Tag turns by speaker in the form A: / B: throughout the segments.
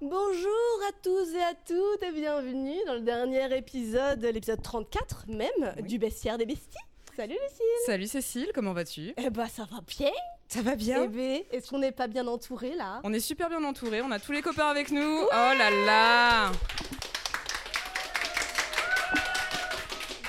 A: Bonjour à tous et à toutes et bienvenue dans le dernier épisode, l'épisode 34 même,
B: Oui.
A: du Bestiaire des Besties. Salut Lucie
B: Salut Cécile, comment vas-tu
A: Eh bah ça va bien
B: Ça va
A: Eh ben, est-ce qu'on n'est pas bien entouré là
B: On est super bien entourés, on a tous les copains avec nous. oh là là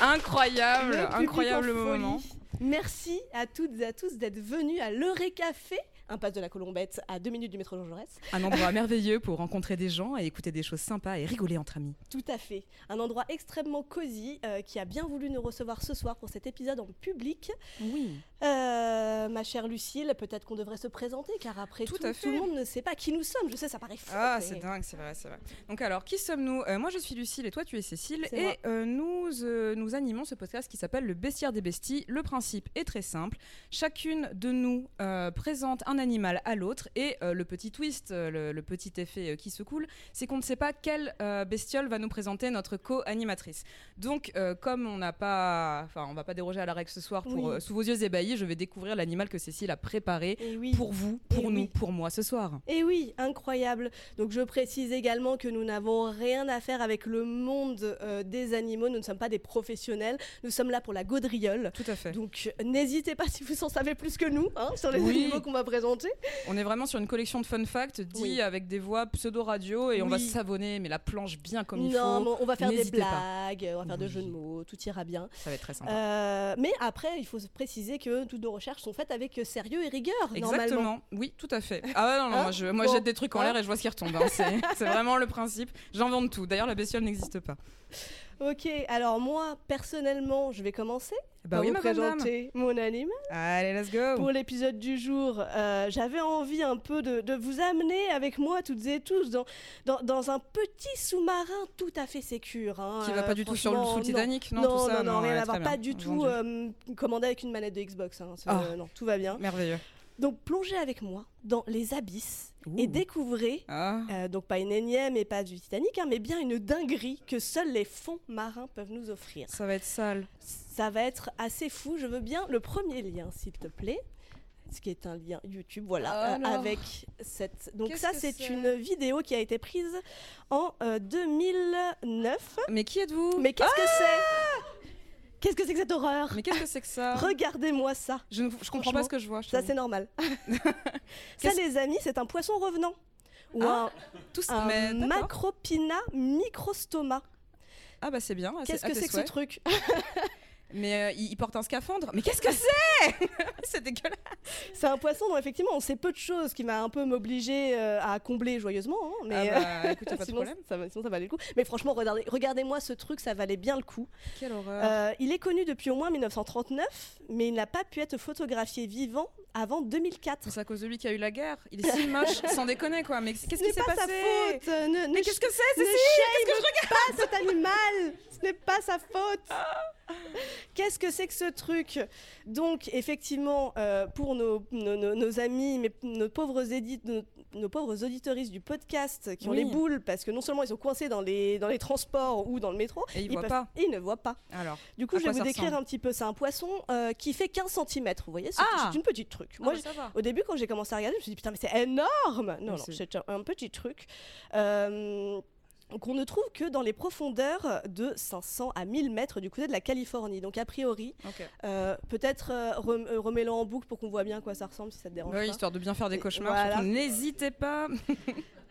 B: Incroyable,
A: Le public
B: incroyable
A: en
B: moment.
A: folie. Merci à toutes et à tous d'être venus à l'Euré Café, impasse de la Colombette, à deux minutes du métro Jean Jaurès.
B: Un endroit merveilleux pour rencontrer des gens et écouter des choses sympas et rigoler entre amis.
A: Tout à fait. Un endroit extrêmement cosy euh, qui a bien voulu nous recevoir ce soir pour cet épisode en public.
B: Oui.
A: Euh, ma chère Lucille, peut-être qu'on devrait se présenter car après tout,
B: Tout à fait.
A: tout le monde ne sait pas qui nous sommes. Je sais, ça paraît fou.
B: Ah,
A: mais-
B: c'est dingue, c'est vrai, c'est vrai. Donc alors, qui sommes-nous Euh, Moi, je suis Lucille et toi, tu es Cécile.
A: C'est moi.
B: Et euh, nous, euh, nous animons ce podcast qui s'appelle Le Bestiaire des Besties. Le principe est très simple. Chacune de nous euh, présente un animal à l'autre. Et euh, le petit twist, euh, le, le petit effet euh, qui se coule, c'est qu'on ne sait pas quelle euh, bestiole va nous présenter notre co-animatrice. Donc, euh, comme on n'a pas... Enfin, on va pas déroger à la règle ce soir pour...
A: Oui.
B: euh, sous vos yeux ébahis, je vais découvrir l'animal que Cécile a préparé
A: Et oui.
B: pour vous, pour
A: Eh
B: nous,
A: oui.
B: pour moi ce soir.
A: Et oui, incroyable. Donc je précise également que nous n'avons rien à faire avec le monde euh, des animaux. Nous ne sommes pas des professionnels. Nous sommes là pour la gaudriole.
B: Tout à fait.
A: Donc euh, n'hésitez pas si vous en savez plus que nous hein, sur les
B: Oui.
A: animaux qu'on va présenter.
B: On est vraiment sur une collection de fun facts dit
A: Oui.
B: avec des voix pseudo-radio et on va
A: Oui.
B: savonner, mais la planche bien comme
A: non,
B: il faut.
A: mais on va faire des
B: N'hésitez pas.
A: blagues, on va faire des
B: Oui.
A: jeux de mots, tout ira bien.
B: Ça va être très sympa.
A: Euh, mais après, il faut se préciser que toutes nos recherches sont faites avec sérieux et rigueur, Euh, normalement.
B: Exactement, oui, tout à fait. Ah ouais, non, non,
A: Hein
B: moi, je, moi
A: Bon.
B: jette des trucs en
A: Hein
B: l'air et je vois ce qui retombe. hein. C'est c'est vraiment le principe. J'invente tout. D'ailleurs, la bestiole n'existe pas.
A: Ok, alors moi, personnellement, je vais commencer
B: Bah
A: par
B: oui,
A: vous
B: ma grande dame. Oh.
A: présenter mon anime.
B: Allez, let's go.
A: Pour l'épisode du jour, euh, j'avais envie un peu de, de vous amener avec moi, toutes et tous, dans, dans, dans un petit sous-marin tout à fait sécure. hein.
B: Qui va
A: Euh,
B: pas du tout sur le,
A: franchement,
B: sous le
A: non.
B: Titanic, non,
A: non,
B: tout ça.
A: non, non, rien
B: ouais,
A: à
B: très
A: voir.
B: bien.
A: Pas du tout
B: Vendu.
A: euh, commandé avec une manette de Xbox. hein. C'est-
B: Ah.
A: euh, non, tout va bien.
B: Merveilleux.
A: Donc plongez avec moi dans les abysses et
B: Ouh.
A: découvrez
B: Ah.
A: euh, donc pas une énième et pas du Titanic, hein, mais bien une dinguerie que seuls les fonds marins peuvent nous offrir.
B: Ça va être sale.
A: Ça va être assez fou. Je veux bien le premier lien, s'il te plaît. Ce qui est un lien YouTube, voilà, euh,
B: Ah, Alors.
A: avec cette. Donc
B: Qu'est-ce
A: ça,
B: que
A: c'est
B: c'est
A: une vidéo qui a été prise en euh, 2009.
B: Mais qui êtes-vous
A: Hein Mais qu'est-ce que c'est Qu'est-ce que c'est que cette horreur
B: Ah Mais qu'est-ce que c'est que ça
A: Regardez-moi ça.
B: Je ne je comprends
A: Franchement,
B: pas ce que je vois. je
A: Ça,
B: t'avoue.
A: c'est normal. ça,
B: Qu'est-ce-
A: les amis, c'est un poisson revenant. Ou
B: Ah, tout ça.
A: un,
B: mais
A: un
B: d'accord.
A: macropina microstoma.
B: Ah bah c'est bien. à-
A: Qu'est-ce
B: à
A: que
B: tes
A: c'est que ce
B: souhaits.
A: truc
B: Mais euh, il, il porte un scaphandre. Mais qu'est-ce que c'est C'est dégueulasse.
A: C'est un poisson dont effectivement on sait peu de choses, qui m'a un peu m'obligé euh, à combler joyeusement. hein, mais euh,
B: ah bah, écoute, pas de
A: sinon,
B: problème.
A: ça, va- sinon, ça valait le coup. Mais franchement, regardez- regardez-moi ce truc, ça valait bien le coup.
B: Quelle horreur.
A: Euh, il est connu depuis au moins 1939, mais il n'a pas pu être photographié vivant avant 2004.
B: C'est à cause de lui qu'il y a eu la guerre. Il est si moche, sans déconner quoi. Mais qu'est-ce
A: Ce n'est
B: qui s'est
A: pas
B: passé
A: sa faute. euh, Ne,
B: Mais
A: ne
B: qu'est-ce que c'est
A: ne
B: Cécile
A: shame pas cet animal Ce n'est pas sa faute
B: Ah.
A: Qu'est-ce que c'est que ce truc Donc, effectivement, euh, pour nos, nos, nos- nos amis, mais nos pauvres, édi- nos, nos pauvres auditoristes du podcast qui ont
B: Oui.
A: les boules, parce que non seulement ils sont coincés dans les, dans les transports ou dans le métro,
B: Et il voit
A: peuvent-
B: pas.
A: ils ne voient pas.
B: Alors,
A: Du coup,
B: À
A: je vais
B: quoi
A: vous
B: ça
A: décrire
B: ressemble
A: un petit peu. C'est un poisson euh, qui fait 15 cm, vous voyez C'est
B: Ah
A: c'est une petite truc. Moi,
B: ah bah, ça va.
A: au début, quand j'ai commencé à regarder, je me suis dit putain, mais c'est énorme Non,
B: Oui,
A: non,
B: c'est-
A: c'est un petit truc. euh, qu'on ne trouve que dans les profondeurs de 500 à 1000 mètres du côté de la Californie. Donc a priori,
B: Ok.
A: euh, peut-être euh, rem- euh, remets-le en boucle pour qu'on voit bien à quoi ça ressemble si ça te dérange
B: Ouais,
A: pas.
B: Bah histoire de bien faire des cauchemars.
A: Voilà.
B: surtout, N'hésitez pas.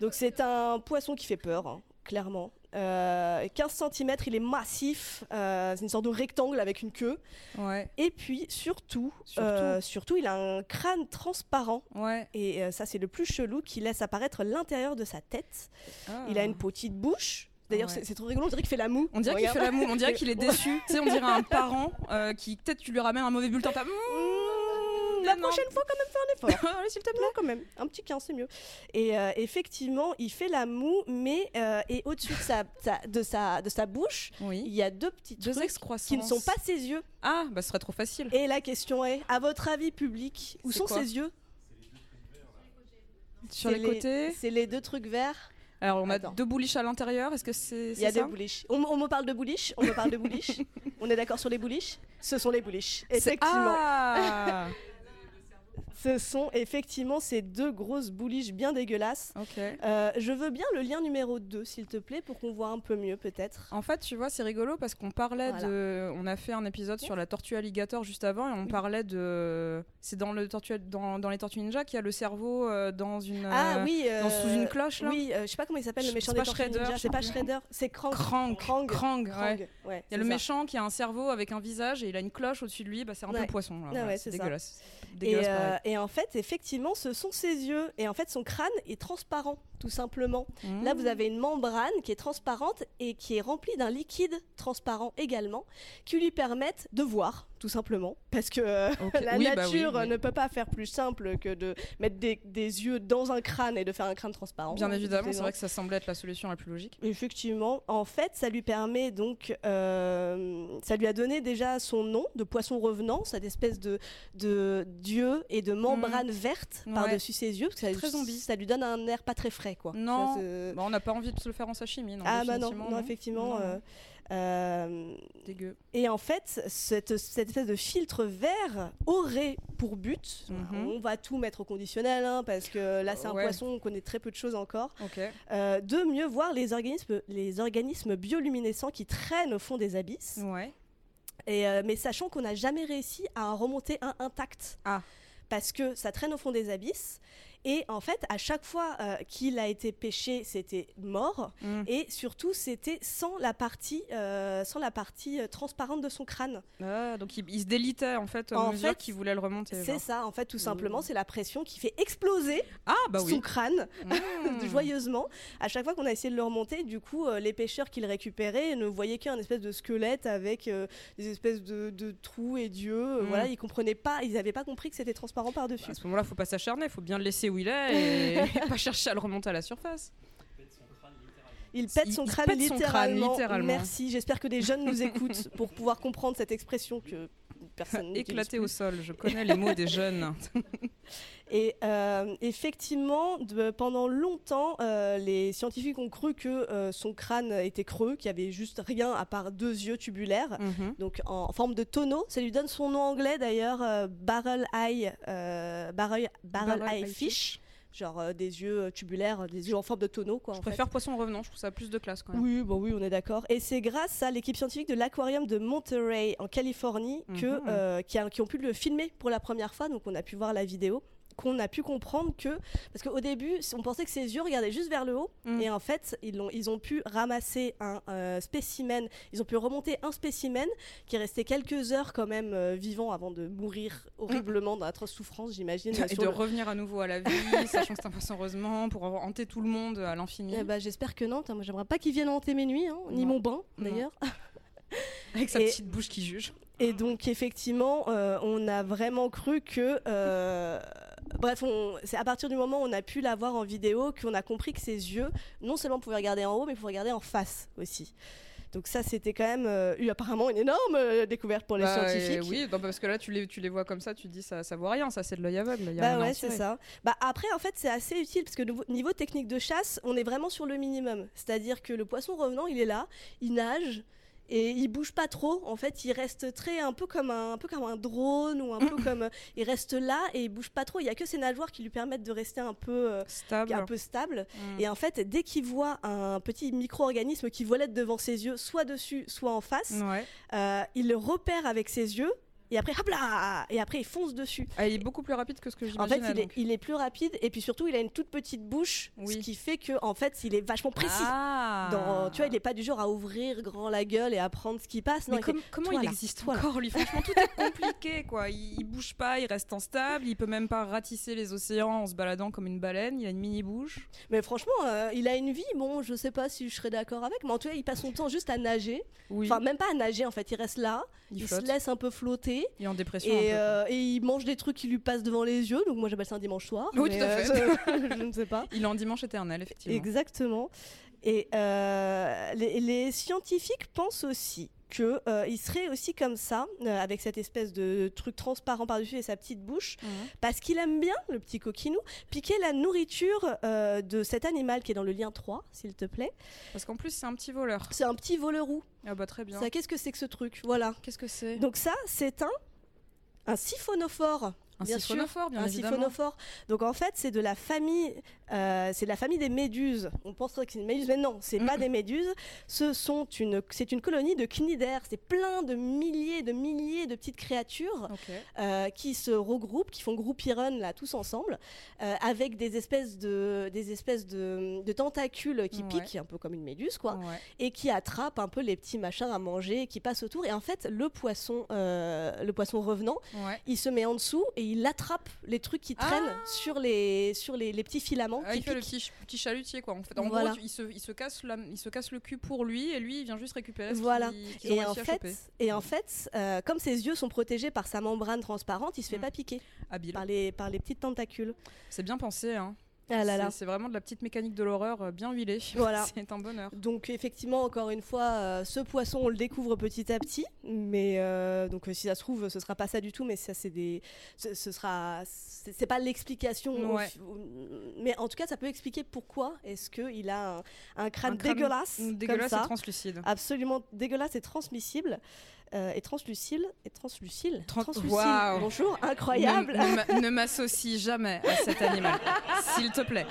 A: Donc c'est un poisson qui fait peur, hein, clairement. Euh, 15 cm, il est massif, euh, c'est une sorte de rectangle avec une queue.
B: Ouais,
A: Et puis surtout,
B: Surtout.
A: euh, surtout il a un crâne transparent.
B: ouais.
A: Et euh, ça, c'est le plus chelou qui laisse apparaître l'intérieur de sa tête.
B: Ah.
A: Il a une petite bouche. D'ailleurs,
B: Ouais.
A: c'est- c'est trop rigolo, on dirait qu'il fait la moue.
B: On dirait qu'il
A: Regarde.
B: fait l'amour, on dirait qu'il est déçu. tu sais, on dirait un parent euh, qui peut-être tu lui ramènes un mauvais bulletin. T'as-
A: Mmh, la
B: Non, non.
A: prochaine fois, quand même, fais un effort.
B: Allez, s'il te plaît.
A: Non, quand même, un petit 15, c'est mieux. Et euh, effectivement, il fait la moue, mais euh, et au-dessus de sa, sa- de, sa, de sa bouche, il
B: Oui.
A: y a deux petits
B: Deux
A: trucs
B: excroissances.
A: qui ne sont pas ses yeux.
B: Ah, bah ce serait trop facile.
A: Et la question est, à votre avis public, où
B: C'est
A: sont
B: quoi
A: ses yeux
B: Sur
A: C'est
B: les, côtés.
A: C'est les deux trucs verts.
B: Alors on a
A: Attends.
B: deux bouliches à l'intérieur. Est-ce que c'est
A: Il y a
B: c'est
A: des
B: ça
A: bouliches. On, m- on me parle de bouliches, on me parle de bouliches. on est d'accord sur les bouliches Ce sont les bouliches, effectivement.
B: Ah
A: Ce sont effectivement ces deux grosses bouliches bien dégueulasses.
B: Ok.
A: Euh, je veux bien le lien numéro 2, s'il te plaît, pour qu'on voit un peu mieux, peut-être.
B: En fait, tu vois, c'est rigolo parce qu'on parlait
A: Voilà.
B: de. On a fait un épisode sur la tortue alligator juste avant et on parlait de. C'est dans, le tortue... dans, dans les tortues ninja qu'il y a le cerveau euh, dans une.
A: ah
B: euh,
A: oui.
B: dans- sous
A: euh,
B: une cloche là
A: Oui, euh, je sais pas comment il s'appelle le
B: Je-
A: méchant
B: c'est
A: des
B: pas
A: Tortues
B: Shredder,
A: Ninja,
B: je
A: C'est
B: sais
A: pas
B: plus.
A: Shredder, c'est Krang.
B: Krang,
A: Krang.
B: Krang,
A: Krang,
B: ouais.
A: ouais,
B: Il y a le
A: c'est ça.
B: méchant qui a un cerveau avec un visage et il a une cloche au-dessus de lui, bah, c'est un
A: Ouais.
B: peu poisson. Là,
A: Ah
B: voilà,
A: ouais,
B: c'est
A: c'est ça.
B: dégueulasse.
A: Et,
B: Dégueulasse
A: euh,
B: pareil.
A: et en fait, effectivement, ce sont ses yeux. Et en fait, son crâne est transparent, tout simplement.
B: Mmh.
A: Là, vous avez une membrane qui est transparente et qui est remplie d'un liquide transparent également, qui lui permettent de voir, tout simplement. Parce que euh,
B: Ok.
A: la
B: Oui, bah oui,
A: nature
B: oui.
A: ne peut pas faire plus simple que de mettre des, des yeux dans un crâne et de faire un crâne transparent.
B: Bien
A: Hein,
B: évidemment,
A: tout
B: c'est vrai que ça semble être la solution la plus logique.
A: Effectivement, en fait, ça lui permet donc, euh, ça lui a donné déjà son nom de poisson revenant, cette espèce de, de dieu et de membrane verte
B: Hmm. Ouais.
A: par-dessus ses yeux, parce que ça,
B: Très zombie.
A: ça lui donne un air pas très frais, quoi.
B: Non.
A: Ça, c'est-
B: Bah, on n'a pas envie de se le faire en sashimi, non
A: ah bah non,
B: définitivement,
A: non, effectivement.
B: Non, non.
A: euh, euh,
B: Dégueu.
A: et en fait, cette, cette espèce de filtre vert aurait pour but,
B: Mhm.
A: on va tout mettre au conditionnel, hein, parce que là c'est un
B: Ouais.
A: poisson, on connaît très peu de choses encore.
B: Ok.
A: Euh, de mieux voir les organismes, les organismes bioluminescents qui traînent au fond des abysses,
B: Ouais.
A: et, euh, mais sachant qu'on n'a jamais réussi à en remonter un intact.
B: Ah.
A: Parce que ça traîne au fond des abysses, et en fait, à chaque fois euh, qu'il a été pêché, c'était mort,
B: Mmh.
A: et surtout, c'était sans la partie, euh, sans la partie euh, transparente de son crâne.
B: Ah, donc il, il se délitait en fait au
A: En
B: mesure
A: fait,
B: qu'il voulait le remonter.
A: C'est
B: genre.
A: ça, en fait, tout
B: Ouh.
A: simplement, c'est la pression qui fait exploser
B: Ah Mm. bah
A: son
B: oui.
A: crâne.
B: Mmh.
A: joyeusement. À chaque fois qu'on a essayé de le remonter, du coup, euh, les pêcheurs qui le récupéraient ne voyaient qu'un espèce de squelette avec euh, des espèces de, de trous et d'yeux. euh,
B: Mm.
A: Voilà, ils comprenaient pas, ils n'avaient pas compris que c'était transparent par-dessus.
B: À ce moment-là, faut pas s'acharner, faut bien le laisser où il est et, et pas chercher à le remonter à la surface.
A: il pète
B: il-
A: son
B: il
A: crâne
B: pète son crâne,
A: littéralement.
B: littéralement.
A: Merci. J'espère que des jeunes nous écoutent pour pouvoir comprendre cette expression que personne n'utilise
B: Éclater
A: plus.
B: au sol, je connais les mots des jeunes.
A: Et euh, effectivement, de- pendant longtemps, euh, les scientifiques ont cru que euh, son crâne était creux, qu'il y avait juste rien à part deux yeux tubulaires.
B: Mhm.
A: donc en forme de tonneau. Ça lui donne son nom anglais d'ailleurs, euh, Barrel Eye, euh, barrel, barrel
B: Barrel
A: Eye
B: eye
A: Fish, genre euh, des yeux euh, tubulaires, des yeux en forme de tonneau quoi.
B: Je
A: en
B: préfère poisson revenant, je trouve ça plus de classe quand
A: fait.
B: même.
A: Oui, bon oui, on est d'accord. Et c'est grâce à l'équipe scientifique de l'aquarium de Monterey en Californie que,
B: Mhm.
A: euh, qui, a- qui ont pu le filmer pour la première fois, donc on a pu voir la vidéo, qu'on a pu comprendre que, parce qu'au début, on pensait que ses yeux regardaient juste vers le haut,
B: Mm.
A: et en fait, ils ont, ils ont pu ramasser un euh, spécimen, ils ont pu remonter un spécimen qui est resté quelques heures quand même euh, vivant avant de mourir horriblement dans d'atroces souffrances, j'imagine.
B: Et
A: sur
B: de
A: le-
B: revenir à nouveau à la vie, sachant que c'est un poisson heureusement, pour hanter tout le monde à l'infini,
A: Eh bah, J'espère que non, putain, moi j'aimerais pas qu'ils viennent hanter mes nuits, hein, ni
B: Non.
A: mon bain
B: Non.
A: d'ailleurs.
B: avec sa
A: et-
B: petite bouche qui juge.
A: Et donc effectivement, euh, on a vraiment cru que... euh, Bref, on- c'est à partir du moment où on a pu la voir en vidéo qu'on a compris que ses yeux, non seulement pouvaient regarder en haut, mais pouvaient regarder en face aussi. Donc ça, c'était quand même euh, eu apparemment une énorme euh, découverte pour les
B: Bah, et
A: scientifiques.
B: oui, non, parce que là tu les, tu les vois comme ça, tu te dis ça, ça voit rien, ça c'est de l'œil aveugle. y a rien
A: Bah
B: à en
A: ouais, c'est
B: tirer.
A: ça. Bah après, en fait, c'est assez utile parce que nouveau- niveau technique de chasse, on est vraiment sur le minimum. C'est-à-dire que le poisson revenant, il est là, il nage et il bouge pas trop. En fait, il reste très un peu comme un, un peu comme un drone ou un peu comme euh, il reste là et il bouge pas trop. Il y a que ses nageoires qui lui permettent de rester un peu euh,
B: Stable.
A: un peu stable.
B: Mm.
A: Et en fait, dès qu'il voit un petit micro-organisme qui volette devant ses yeux, soit dessus, soit en face,
B: Ouais.
A: euh, il le repère avec ses yeux. Et après, hop là Et après, il fonce dessus.
B: Ah, il est beaucoup plus rapide que ce que
A: En fait,
B: j'imaginais.
A: il est,
B: donc.
A: il est plus rapide et puis surtout, il a une toute petite bouche, ce
B: Oui.
A: qui fait que en fait, il est vachement précis.
B: Ah.
A: Dans- tu vois, il est pas du genre à ouvrir grand la gueule et à prendre ce qui passe. Non,
B: Mais
A: il
B: comme- comment
A: toi,
B: il
A: là,
B: existe
A: toi, là.
B: encore lui Franchement, tout est compliqué quoi. Il, il bouge pas, il reste instable, il peut même pas ratisser les océans en se baladant comme une baleine. Il a une mini bouche.
A: fait- Mais franchement, euh, il a une vie. Bon, je sais pas si je serais d'accord avec, mais en tout cas, il passe son temps juste à nager.
B: Oui.
A: Enfin, même pas à nager en fait. Il reste là, il,
B: il,
A: se
B: flotte.
A: laisse un peu flotter
B: Il est en dépression. un peu,
A: et,
B: quoi.
A: euh, et il mange des trucs qui lui passent devant les yeux. Donc moi, j'appelle ça un dimanche soir.
B: Oui, tout à
A: mais,
B: fait.
A: euh, je- je ne sais pas.
B: Il est en dimanche éternel effectivement.
A: Exactement. Et euh, les, les scientifiques pensent aussi que euh, il serait aussi comme ça, euh, avec cette espèce de truc transparent par-dessus et sa petite bouche,
B: Mhm.
A: parce qu'il aime bien, le petit coquinou, piquer la nourriture euh, de cet animal qui est dans le lien 3, s'il te plaît.
B: Parce qu'en plus c'est un petit voleur.
A: C'est un petit volerou.
B: Ah bah très bien.
A: Ça, qu'est-ce que c'est que ce truc Voilà.
B: Qu'est-ce que c'est
A: Donc ça, c'est un, un siphonophore.
B: Un
A: Bien sûr.
B: siphonophore, bien
A: un
B: évidemment.
A: siphonophore. Donc en fait, c'est de la famille, euh, c'est de la famille des méduses. On penserait que c'est une méduse, mais non, c'est
B: Mm.
A: pas des méduses. Ce sont une, c'est une colonie de cnidaires. C'est plein de milliers, de milliers de petites créatures
B: Ok.
A: euh, qui se regroupent, qui font groupie run là tous ensemble, euh, avec des espèces de, des espèces de, de tentacules qui
B: Ouais.
A: piquent, un peu comme une méduse quoi,
B: Ouais.
A: et qui attrapent un peu les petits machins à manger qui passent autour. Et en fait, le poisson, euh, le poisson revenant
B: ouais.
A: il se met en dessous et il attrape les trucs qui
B: Ah
A: traînent sur les sur les, les petits filaments Oh,
B: Ah,
A: qui
B: il fait le
A: piquent.
B: petit, ch- petit chalutier quoi. En, fait, en
A: Voilà.
B: gros, tu- il se, il, se casse la- il se casse le cul pour lui et lui il vient juste récupérer ce
A: Voilà.
B: qu'il- qu'ils ont
A: Et en,
B: réussi à choper.
A: fait, et en fait, euh, comme ses yeux sont protégés par sa membrane transparente, il se fait
B: Mm.
A: pas piquer
B: Habile.
A: par les, par les petites tentacules.
B: C'est bien pensé. Hein.
A: Ah là
B: C'est-
A: là.
B: C'est vraiment de la petite mécanique de l'horreur euh, bien huilée.
A: Voilà.
B: C'est un bonheur.
A: Donc effectivement, encore une fois, euh, ce poisson, on le découvre petit à petit, mais euh, donc euh, si ça se trouve, ce sera pas ça du tout, mais ça c'est des, ce, ce sera, c'est c'est pas l'explication, au
B: Ouais.
A: fi- au- mais en tout cas, ça peut expliquer pourquoi est-ce que il a un, un crâne
B: Un crâne
A: dégueulasse,
B: Mm, Dégueulasse
A: comme
B: et
A: ça.
B: translucide.
A: absolument dégueulasse et transmissible euh, et translucile et translucile
B: Tran-
A: translucile
B: Waouh.
A: bonjour incroyable
B: Ne, ne m'a- ne m'associe jamais à cet animal, s'il te plaît.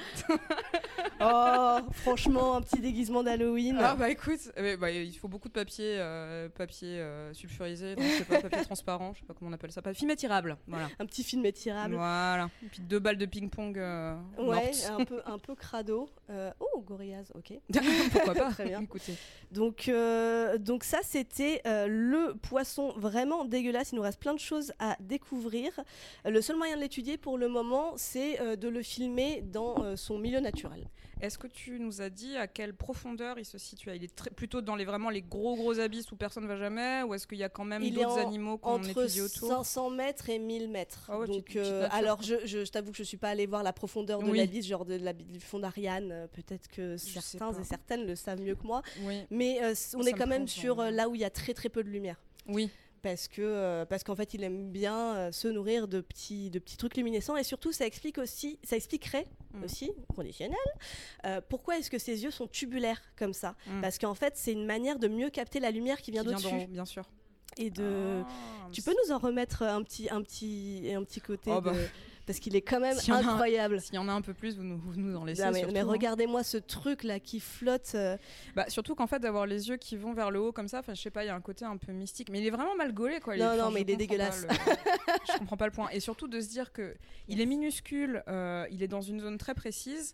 A: oh franchement un petit déguisement d'Halloween
B: Ah bah écoute, euh, bah, il faut beaucoup de papier, euh, papier euh, sulfurisé, donc, je sais pas, papier transparent, je sais pas comment on appelle ça, pas film étirable, voilà.
A: un petit film étirable
B: Voilà. Et puis deux balles de ping-pong. euh,
A: ouais
B: mortes.
A: un peu un peu crado Euh, oh gorillaz ok
B: Pourquoi pas
A: Très bien.
B: Écoutez.
A: donc euh, donc ça c'était euh, le poisson vraiment dégueulasse il nous reste plein de choses à découvrir Euh, le seul moyen de l'étudier pour le moment c'est euh, de le filmer dans euh, son milieu naturel
B: Est-ce que tu nous as dit à quelle profondeur il se situe Il est très- plutôt dans les vraiment les gros gros abysses où personne ne va jamais, ou est-ce qu'il y a quand même
A: Il est
B: d'autres
A: en-
B: animaux qu'on
A: entre
B: étudie autour
A: 500 mètres et 1000 mètres.
B: Ah ouais,
A: Donc,
B: petite- petite
A: euh,
B: nature,
A: alors, je, je, je t'avoue que je suis pas allée voir la profondeur de
B: Oui.
A: l'abysse, genre de l'abysse du fond d'Ariane. Euh, Peut-être que
B: Je sais
A: certains
B: pas.
A: et certaines le savent mieux que moi.
B: Oui,
A: Mais euh, c- on
B: Ça
A: est
B: me
A: quand même
B: prend, ça,
A: sur euh,
B: ouais.
A: là où il y a très très peu de lumière.
B: oui.
A: Parce que euh, parce qu'en fait, il aime bien euh, se nourrir de petits de petits trucs luminescents et surtout ça explique aussi ça expliquerait
B: Mm.
A: aussi conditionnel euh, pourquoi est-ce que ses yeux sont tubulaires comme ça
B: Mm.
A: parce qu'en fait c'est une manière de mieux capter la lumière qui vient
B: Qui
A: d'au-dessus
B: d'en haut, bien sûr.
A: et de
B: Ah,
A: tu peux nous en remettre un petit, un petit, un petit côté
B: Oh bah.
A: de- Parce qu'il est quand même
B: S'il y en a un-
A: incroyable.
B: S'il y en a un peu plus, vous nous, vous nous en laissez.
A: Non, mais
B: surtout,
A: mais
B: hein.
A: regardez-moi ce truc-là qui flotte. euh,
B: Bah, surtout qu'en fait, d'avoir les yeux qui vont vers le haut comme ça, enfin, je sais pas, il y a un côté un peu mystique. Mais il est vraiment mal gaulé, quoi.
A: Non, non,
B: enfin,
A: mais
B: je
A: il est
B: comprends pas
A: dégueulasse.
B: le- je comprends pas le point. Et surtout de se dire que il est minuscule, euh, il est dans une zone très précise.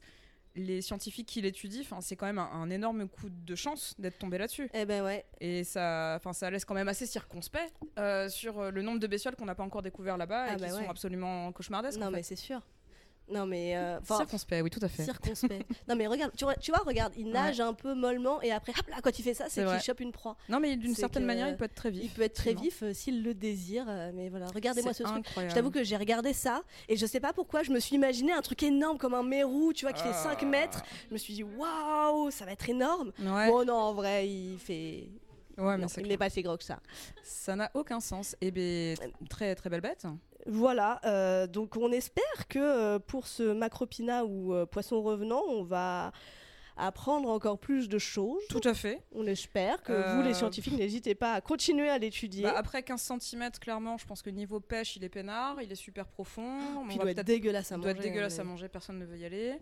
B: Les scientifiques qui l'étudient, enfin, c'est quand même un, un énorme coup de chance d'être tombé là-dessus.
A: Eh ben ouais.
B: Et ça, enfin, ça laisse quand même assez circonspect euh, sur euh, le nombre de bestioles qu'on n'a pas encore découvert là-bas
A: Ah
B: et
A: bah
B: qui
A: ouais.
B: sont absolument cauchemardesques.
A: Non,
B: en
A: mais
B: fait.
A: c'est sûr. Non, mais. euh, enfin,
B: Circonspect, oui, tout à fait.
A: circonspect. non, mais regarde, tu vois, tu vois, regarde, il nage un peu mollement et après, hop là, quand il fait ça,
B: C'est
A: c'est qu'il
B: vrai.
A: chope une proie.
B: Non, mais d'une
A: C'est
B: certaine
A: que-
B: manière, il peut être très vif.
A: Il peut être très
B: Effectivement.
A: vif euh, s'il le désire, euh, mais voilà, regardez-moi
B: C'est
A: ce truc.
B: incroyable.
A: Je t'avoue que j'ai regardé ça et je sais pas pourquoi, je me suis imaginé un truc énorme comme un mérou, tu vois, qui fait
B: Ah.
A: 5 mètres. Je me suis dit, waouh, ça va être énorme.
B: Ouais,
A: Bon, Oh non, en vrai, il fait.
B: ouais, mais
A: Non,
B: c'est
A: il n'est pas Euh, si gros que ça.
B: Ça n'a aucun sens. Et ben très très belle bête.
A: Voilà, euh, donc on espère que euh, pour ce macropina ou euh, poisson revenant, on va apprendre encore plus de choses.
B: Tout à fait.
A: On espère que
B: Euh,
A: vous, les scientifiques, n'hésitez pas à continuer à l'étudier.
B: Bah, après 15 cm, clairement, je pense que niveau pêche, il est peinard, il est super profond.
A: Ah, Puis il
B: On va
A: doit être
B: peut-être-
A: dégueulasse à
B: il
A: manger. euh,
B: doit être dégueulasse
A: mais-
B: à manger, personne ne veut y aller.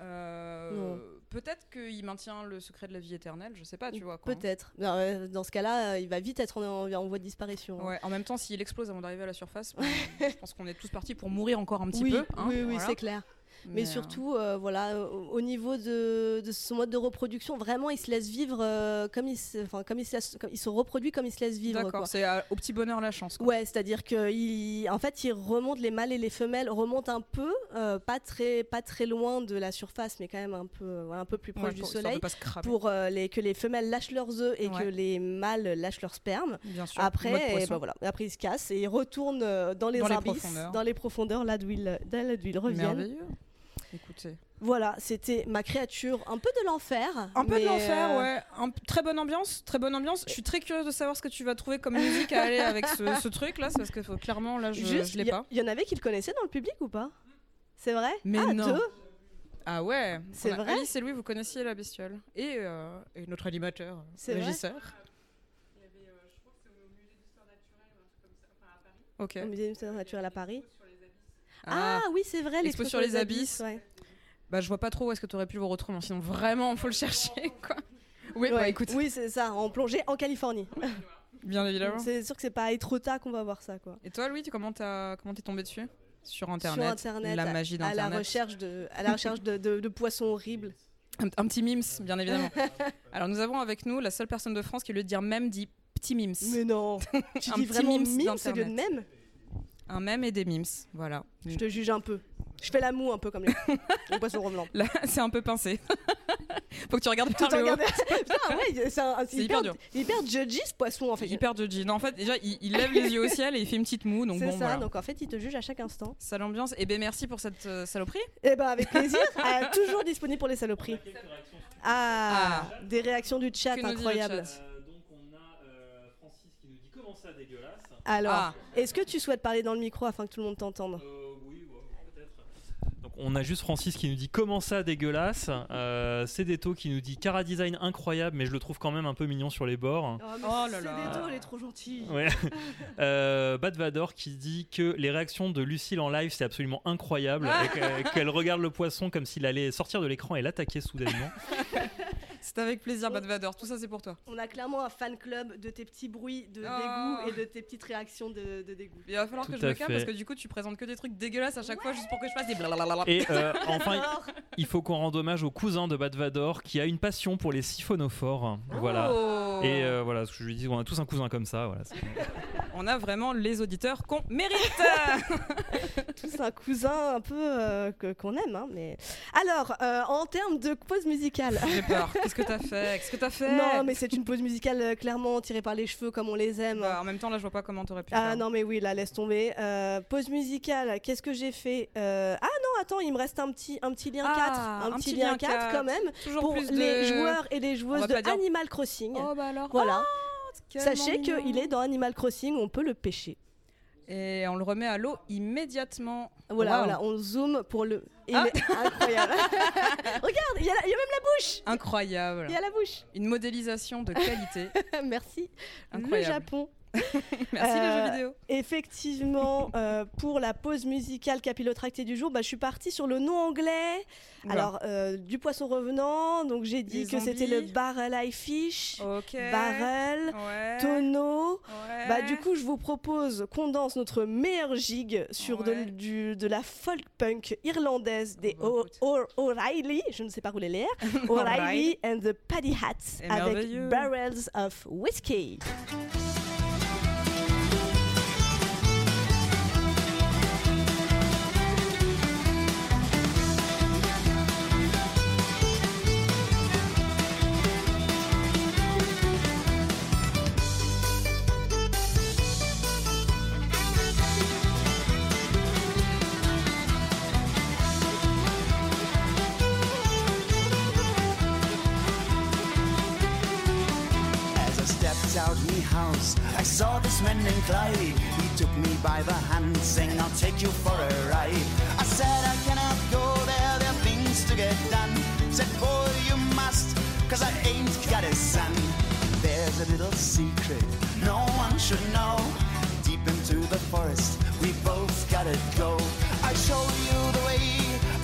B: Euh,
A: Non.
B: Peut-être qu'il maintient le secret de la vie éternelle, je sais pas, tu vois. Quoi. hein.
A: Peut-être. Non, euh, Dans ce cas-là, euh, il va vite être en, en- en voie de disparition. hein.
B: Ouais, en même temps, s'il explose avant d'arriver à la surface, bon, je pense qu'on est tous partis pour mourir encore un petit
A: oui,
B: peu. hein,
A: oui, oui,
B: voilà.
A: c'est clair. Mais,
B: euh,
A: surtout, euh, voilà, au, au niveau de, de son mode de reproduction, vraiment, il se laisse vivre euh, comme il se, enfin, comme il se, laisse- comme- il se reproduit comme il se laisse vivre. quoi.
B: D'accord, c'est euh, au petit bonheur la chance. quoi.
A: Ouais, c'est-à-dire que il, en fait, il remonte les mâles et les femelles remontent un peu, euh, pas très, pas très loin de la surface, mais quand même un peu, euh, voilà, un peu plus proche
B: Ouais,
A: du
B: pour- histoire de
A: soleil,
B: pas se cramer,
A: pour euh, les, que les femelles lâchent leurs œufs et
B: Ouais.
A: que les mâles lâchent leur sperme.
B: bien sûr. mode
A: Après, et
B: poisson.
A: ben voilà, après ils se cassent et ils retournent euh, dans les
B: Dans les
A: abysses,
B: profondeurs.
A: dans les profondeurs, là d'où ils, là d'où ils reviennent.
B: Merveilleux. Écoutez.
A: Voilà, c'était ma créature, un peu de l'enfer.
B: Un peu de
A: mais,
B: l'enfer,
A: euh,
B: ouais. Un p- très bonne ambiance, très bonne ambiance. Je suis très curieuse de savoir ce que tu vas trouver comme musique à aller avec ce, ce truc là, c'est parce que faut- clairement là je,
A: Juste,
B: je l'ai
A: y-
B: pas.
A: Il y, en avait qui le connaissaient dans le public ou pas C'est vrai
B: Mais
A: ah,
B: non.
A: deux
B: Ah ouais.
A: C'est
B: On a
A: vrai
B: Alice et Louis, vous connaissiez la bestiole et, euh, et notre animateur,
A: C'est vrai
B: régisseur. Ok.
A: au musée du naturel à Paris. Ah, oui, c'est vrai, les
B: Expo
A: trucs
B: sur les abysses.
A: ouais.
B: Bah, je vois pas trop où est-ce que tu aurais pu le retrouver. Sinon, vraiment, faut le chercher, quoi. Oui,
A: Ouais.
B: bah écoute,
A: Oui, c'est ça, en plongée en Californie.
B: bien évidemment.
A: C'est sûr que c'est pas à Etretat qu'on va voir ça, quoi.
B: Et toi, Louis, tu- comment t'as- comment t'es tombé dessus Sur Internet.
A: Sur Internet,
B: La
A: à-
B: magie
A: à la
B: d'Internet.
A: recherche de, à la recherche de, de- de poissons horribles.
B: Un, un petit mims, bien évidemment. Alors, nous avons avec nous la seule personne de France qui, au lieu de dire même, dit petit mims.
A: Mais non, tu
B: Un
A: dis
B: petit
A: vraiment
B: mimes
A: mime, c'est lieu de
B: d'Internet. Mm.
A: même.
B: Un même et des mims, voilà.
A: Je te juge un peu. Je fais la moue un peu comme les, les poissons romelants.
B: Là, c'est un peu pincé. faut que tu regardes
A: Tout
B: par
A: en
B: le haut.
A: regardant. Putain, ouais, c'est un-
B: Ah, C'est hyper dur.
A: hyper judgy ce poisson en fait.
B: C'est hyper judgy. Non, en fait, déjà, il, il lève les yeux au ciel et il fait une petite moue. Donc
A: C'est
B: bon,
A: ça,
B: voilà.
A: donc en fait, il te juge à chaque instant.
B: Sale ambiance. Et ben merci pour cette euh, saloperie.
A: Eh ben, avec plaisir, Euh, toujours disponible pour les saloperies. Ah, des réactions du chat
B: Que nous dit le
A: incroyables.
B: chat
C: Euh, donc on a euh, Francis qui nous dit comment ça dégueulasse.
A: Alors,
B: Ah.
A: est-ce que tu souhaites parler dans le micro afin que tout le monde t'entende
C: Euh, oui, ouais, peut-être. Donc on a juste Francis qui nous dit comment ça dégueulasse. Euh, Cédéto qui nous dit Cara design incroyable, mais je le trouve quand même un peu mignon sur les bords.
B: mais Oh là là. Cédéto,
A: elle est trop gentille.
C: Ouais. Euh, Bad Vador qui dit que les réactions de Lucille en live c'est absolument incroyable et que- euh, qu'elle regarde le poisson comme s'il allait sortir de l'écran et l'attaquer soudainement.
B: C'est avec plaisir, Bad Vador. Tout ça, c'est pour toi.
A: On a clairement un fan club de tes petits bruits de
B: Oh.
A: dégoût et de tes petites réactions de, de dégoût.
B: Il va falloir
C: Tout
B: que je me
C: à
B: calme
C: fait.
B: parce que du coup, tu présentes que des trucs dégueulasses à chaque fois juste pour que je fasse des
A: Ah,
B: blablabla.
C: Et euh, enfin,
A: Alors,
C: il faut qu'on rende hommage au cousin de Bad Vador qui a une passion pour les siphonophores. Voilà.
B: Oh.
C: Et euh, voilà, ce que je lui dis, on a tous un cousin comme ça. Voilà. C'est-
B: On a vraiment les auditeurs qu'on mérite.
A: tous un cousin un peu euh, que- qu'on aime, hein, mais. Alors, euh, en termes de pause musicale.
B: J'ai peur. Qu'est-ce que t'as fait Qu'est-ce que t'as fait
A: Non, mais c'est une pause musicale euh, clairement tirée par les cheveux comme on les aime.
B: Bah, en même temps, là, je vois pas comment t'aurais pu.
A: Ah
B: faire.
A: non mais oui, là laisse tomber. Euh, pause musicale, qu'est-ce que j'ai fait Euh, Ah non, attends, il me reste un petit, un petit lien
B: Ah,
A: 4, un, petit, lien 4, quand même,
B: Toujours
A: pour
B: plus
A: les
B: de-
A: joueurs et les
B: On
A: joueuses
B: va
A: de
B: pas dire-
A: Animal Crossing.
B: Oh bah alors.
A: Voilà,
B: quel
A: sachez
B: mignon.
A: qu'il est dans Animal Crossing, on peut le pêcher.
B: Et on le remet à l'eau immédiatement.
A: Voilà,
B: Wow.
A: voilà, on zoome pour le... Il
B: Ah.
A: est incroyable. Regarde, il y, a la- il y a même la bouche
B: Incroyable.
A: Il y a la bouche
B: Une modélisation de qualité.
A: Merci, le
B: Incroyable.
A: Japon.
B: Merci les
A: Euh,
B: jeux vidéo.
A: Effectivement, euh, pour la pause musicale capillotractée du jour, bah, je suis partie sur le nom anglais.
B: Oula.
A: Alors, euh, du poisson revenant, donc j'ai dit
B: Les
A: que c'était le
B: zombies.
A: barrel eye fish,
B: Ok.
A: barrel,
B: Ouais.
A: tonneau.
B: Ouais.
A: Bah, du coup, je vous propose qu'on danse notre meilleur gig sur
B: Ouais.
A: de, du- de la folk punk irlandaise des
B: Oh, bah, écoute.
A: O- O- O'Reilly, je ne sais pas où les lire, O'Reilly and the Paddy Hats
B: Et
A: avec
B: merveilleux.
A: Barrels of Whiskey.
D: As I stepped out me house, I saw this man named Clyde. He took me by the hand, saying, I'll take you for a ride. I said, I cannot go there, there are things to get done. Said, boy, you must, cause I ain't got a son. There's a little secret no one should know. Deep into the forest, we both gotta go. I show you the way,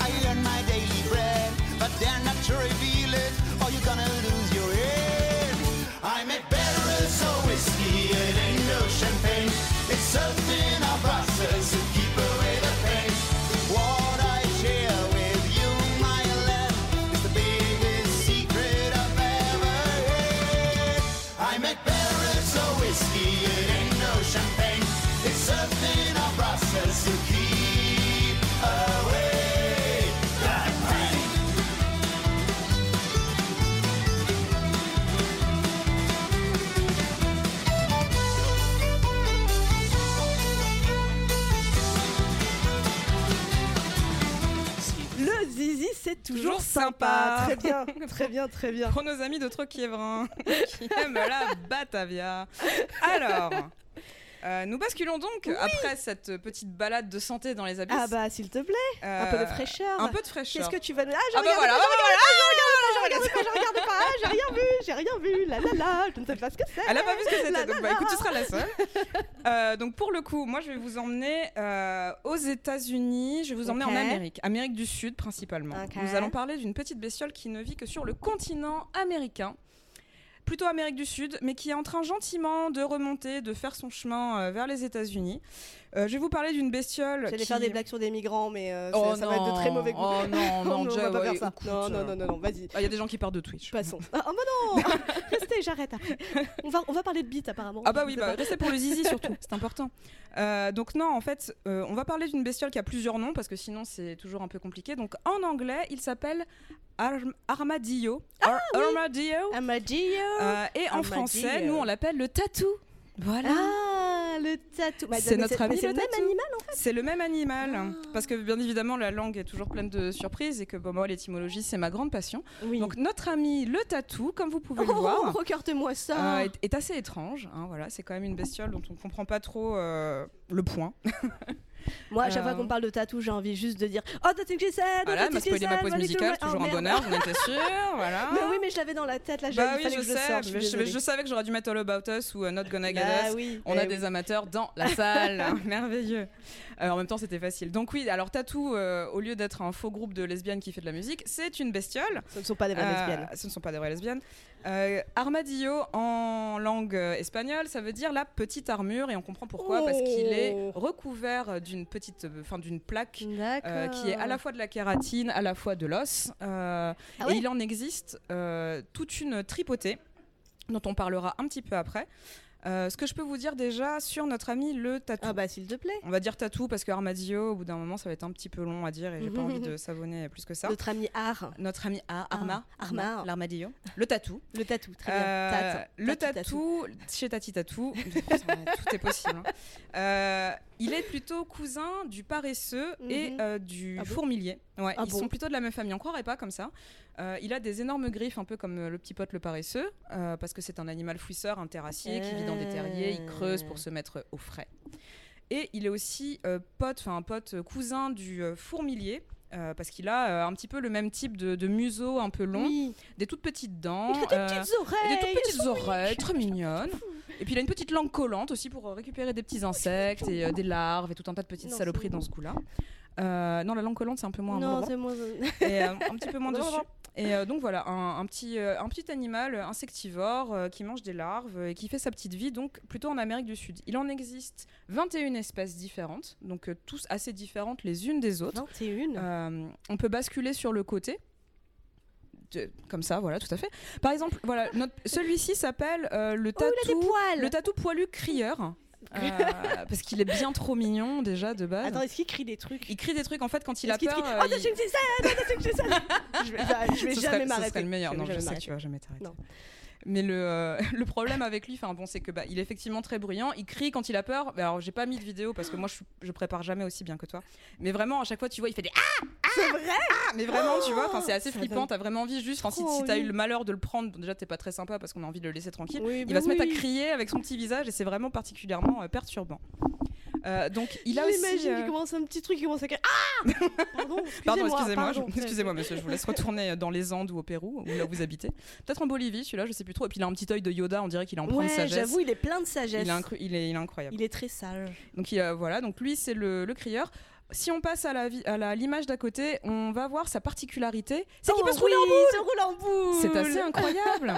D: I earn my daily bread. But dare not to reveal it, or you're gonna lose your head. I make barrels of whiskey, it ain't no champagne. It's served in our glasses to keep away the pain. What I share with you, my lad, is the biggest secret I've ever had. I make barrels of whiskey, it ain't no champagne. It's served in our glasses to keep away the pain.
A: Le zizi, c'est toujours,
B: Toujours
A: sympa.
B: sympa.
A: Très bien, très bien, très bien.
B: Pour nos amis de Troquievrin qui aiment la Batavia. Alors, euh, nous basculons donc après cette petite balade de santé dans les abysses.
A: Ah bah, s'il te plaît, un peu de
B: euh,
A: fraîcheur.
B: Un peu de fraîcheur.
A: Qu'est-ce que tu vas nous... Ah, je
B: Ah bah
A: regarde,
B: voilà,
A: attends,
B: voilà, ah,
A: je regarde, attends, je regarde pas, je regarde pas, Ah, j'ai rien vu, j'ai rien vu, la la la, je ne sais pas ce que c'est.
B: Elle a pas vu ce que
A: La,
B: c'était, donc
A: la,
B: bah,
A: la.
B: écoute, tu seras la seule. Euh, donc pour le coup, moi je vais vous emmener euh, aux États-Unis, je vais vous emmener
A: Ok.
B: en Amérique, Amérique du Sud principalement.
A: Ok.
B: Nous allons parler d'une petite bestiole qui ne vit que sur le continent américain, plutôt Amérique du Sud, mais qui est en train gentiment de remonter, de faire son chemin euh, vers les États-Unis. Euh, je vais vous parler d'une bestiole.
A: J'allais
B: qui...
A: faire des blagues sur des migrants, mais euh,
B: Oh
A: ça, ça va être de très
B: non,
A: mauvais goût.
B: Oh non, non,
A: on
B: Jay,
A: va pas
B: ouais,
A: faire ça.
B: écoute,
A: Non, non,
B: euh,
A: non, non, non, vas-y.
B: Ah, Il y a des gens qui partent de Twitch.
A: Passons. Ah, oh, bah non Restez, j'arrête après. On va, on va parler de bite apparemment.
B: Ah bah oui,
A: Je sais
B: bah,
A: pas.
B: restez pour le zizi surtout, c'est important. Euh, donc non, en fait, euh, on va parler d'une bestiole qui a plusieurs noms parce que sinon c'est toujours un peu compliqué. Donc en anglais, il s'appelle arm- armadillo. Ar- armadillo.
A: Amadeo.
B: Euh, et
A: Ah
B: en
A: armadillo.
B: français, nous on l'appelle le tatou. Voilà.
A: Ah, le tatou. Bah,
B: C'est
A: mais
B: notre ami
A: mais C'est
B: le
A: le même
B: tatou.
A: animal
B: C'est le même animal.
A: Ah.
B: Parce que bien évidemment, la langue est toujours pleine de surprises et que bon, moi, l'étymologie, c'est ma grande passion.
A: Oui.
B: Donc notre ami le tatou, comme vous pouvez le voir.
A: Oh, recarte-moi
B: euh,
A: ça.
B: est, est assez étrange, hein, voilà, c'est quand même une bestiole dont on comprend pas trop euh, le point.
A: Moi, à chaque fois
B: euh,
A: qu'on parle de tatou, j'ai envie juste de dire Oh, that's what she said. oh, that's
B: Voilà, elle m'a
A: what she
B: spoilé ma
A: said,
B: pause
A: what you
B: musicale,
A: do-
B: toujours
A: oh,
B: un
A: merde.
B: bonheur, on était sûrs, voilà.
A: Mais oui, mais je l'avais dans la tête, là,
B: bah
A: j'avais
B: oui, je, sais,
A: sorte,
B: je, je- je savais que j'aurais dû mettre All About Us ou euh, Not Gonna Get Us.
A: oui.
B: On
A: eh
B: a
A: oui.
B: des amateurs dans la salle, merveilleux. Euh, en même temps, c'était facile. Donc oui, alors Tatou, euh, au lieu d'être un faux groupe de lesbiennes qui fait de la musique, c'est une bestiole.
A: Ce ne sont pas des vraies
B: Euh,
A: lesbiennes.
B: Ce ne sont pas des vraies lesbiennes. Euh, armadillo en langue euh, espagnole, ça veut dire la petite armure et on comprend pourquoi parce qu'il est
A: Oh.
B: recouvert d'une petite, euh, enfin d'une plaque
A: D'accord.
B: euh, qui est à la fois de la kératine, à la fois de l'os. euh,
A: Ah
B: et
A: ouais
B: il en existe euh, toute une tripotée dont on parlera un petit peu après. Euh, ce que je peux vous dire déjà sur notre ami le tatou.
A: Ah bah, s'il te plaît.
B: On va dire tatou parce que armadillo, au bout d'un moment, ça va être un petit peu long à dire et j'ai pas
A: Mhm.
B: envie de savonner plus que ça.
A: Notre ami Art,
B: Notre ami A, Arma,
A: Ah, Arma.
B: l'armadillo, le tatou.
A: le tatou, très bien.
B: Euh,
A: Tat,
B: le
A: tati,
B: tatou, chez Tati Tatou, tout est possible. hein. Euh, il est plutôt cousin du paresseux et
A: Mhm.
B: euh, du
A: Ah bon
B: fourmilier. Ouais,
A: Ah
B: ils
A: bon
B: sont plutôt de la même famille, on croirait pas comme ça. Euh, il a des énormes griffes, un peu comme euh, le petit pote le paresseux, euh, parce que c'est un animal fouisseur, un terrassier qui vit dans des terriers, il creuse pour se mettre au frais. Et il est aussi euh, pote, enfin un pote euh, cousin du euh, fourmilier. euh, parce qu'il a euh, un petit peu le même type de, de museau un peu long,
A: Oui.
B: des toutes petites dents.
A: Il a des
B: euh,
A: petites
B: et
A: oreilles.
B: des toutes petites oreilles, très mignonnes. Et puis il a une petite langue collante aussi pour euh, récupérer des petits insectes et euh, des larves et tout un tas de petites
A: Non,
B: saloperies
A: c'est-
B: dans ce coup-là. Euh, non, la langue collante c'est un peu moins
A: Non,
B: un
A: c'est moins.
B: et, euh, un petit peu moins dessus. Et euh, donc voilà, un, un petit, euh, un petit animal insectivore euh, qui mange des larves euh, et qui fait sa petite vie, donc plutôt en Amérique du Sud. Il en existe 21 espèces différentes, donc euh, tous assez différentes les unes des autres.
A: 21.
B: Euh, on peut basculer sur le côté. De- comme ça, voilà, tout à fait. Par exemple, voilà, notre- celui-ci s'appelle euh, le
A: Oh, il a des
B: tatou,
A: poils.
B: le tatou poilu crieur, Euh, parce qu'il est bien trop mignon déjà de base.
A: Attends, est-ce qu'il crie des trucs
B: il crie des trucs en fait quand il
A: Est-ce
B: a
A: qu'il
B: peur.
A: crie,
B: euh,
A: Oh,
B: il-
A: t'as une petite scène, t'as une petite scène Je vais, bah, je vais
B: ce
A: jamais
B: serait, ce
A: m'arrêter.
B: serait le meilleur.
A: Je
B: Non,
A: vais
B: je
A: jamais
B: sais que tu
A: m'arrêter.
B: vas jamais t'arrêter.
A: Non.
B: Mais le, euh, le problème avec lui, enfin bon, c'est que bah, il est effectivement très bruyant. Il crie quand il a peur. Mais Alors j'ai pas mis de vidéo parce que moi je, suis- je prépare jamais aussi bien que toi. Mais vraiment à chaque fois tu vois, il fait des ah,
A: C'est vrai
B: ah mais vraiment tu vois. Enfin c'est assez
A: Ça
B: flippant.
A: donne
B: T'as vraiment envie juste. Enfin si,
A: trop
B: si t'as
A: envie.
B: eu le malheur de le prendre, bon, déjà t'es pas très sympa parce qu'on a envie de le laisser tranquille.
A: Oui,
B: Il va se mettre à crier avec son petit visage et c'est vraiment particulièrement euh, perturbant. Euh, donc il a aussi.
A: J'imagine,
B: euh,
A: il commence un petit truc, il commence à crier. Ah Pardon,
B: Pardon,
A: excusez-moi.
B: excusez-moi,
A: pardon.
B: je- excusez-moi, monsieur, je vous laisse retourner euh, dans les Andes ou au Pérou, où là vous habitez. Peut-être en Bolivie, celui-là, je sais plus trop. Et puis il a un petit œil de Yoda, on dirait qu'il est en prend
A: Ouais,
B: sagesse.
A: j'avoue, il est plein de
B: Il
A: sagesse.
B: est, incru- il est- il est incroyable.
A: Il est très sage.
B: Donc il a- voilà, donc lui c'est le, le crieur. Si on passe à la vi- à la- l'image d'à côté, on va voir sa particularité, c'est qu'il peut se rouler en boule.
A: Oh, Il se roule en boule.
B: C'est assez incroyable.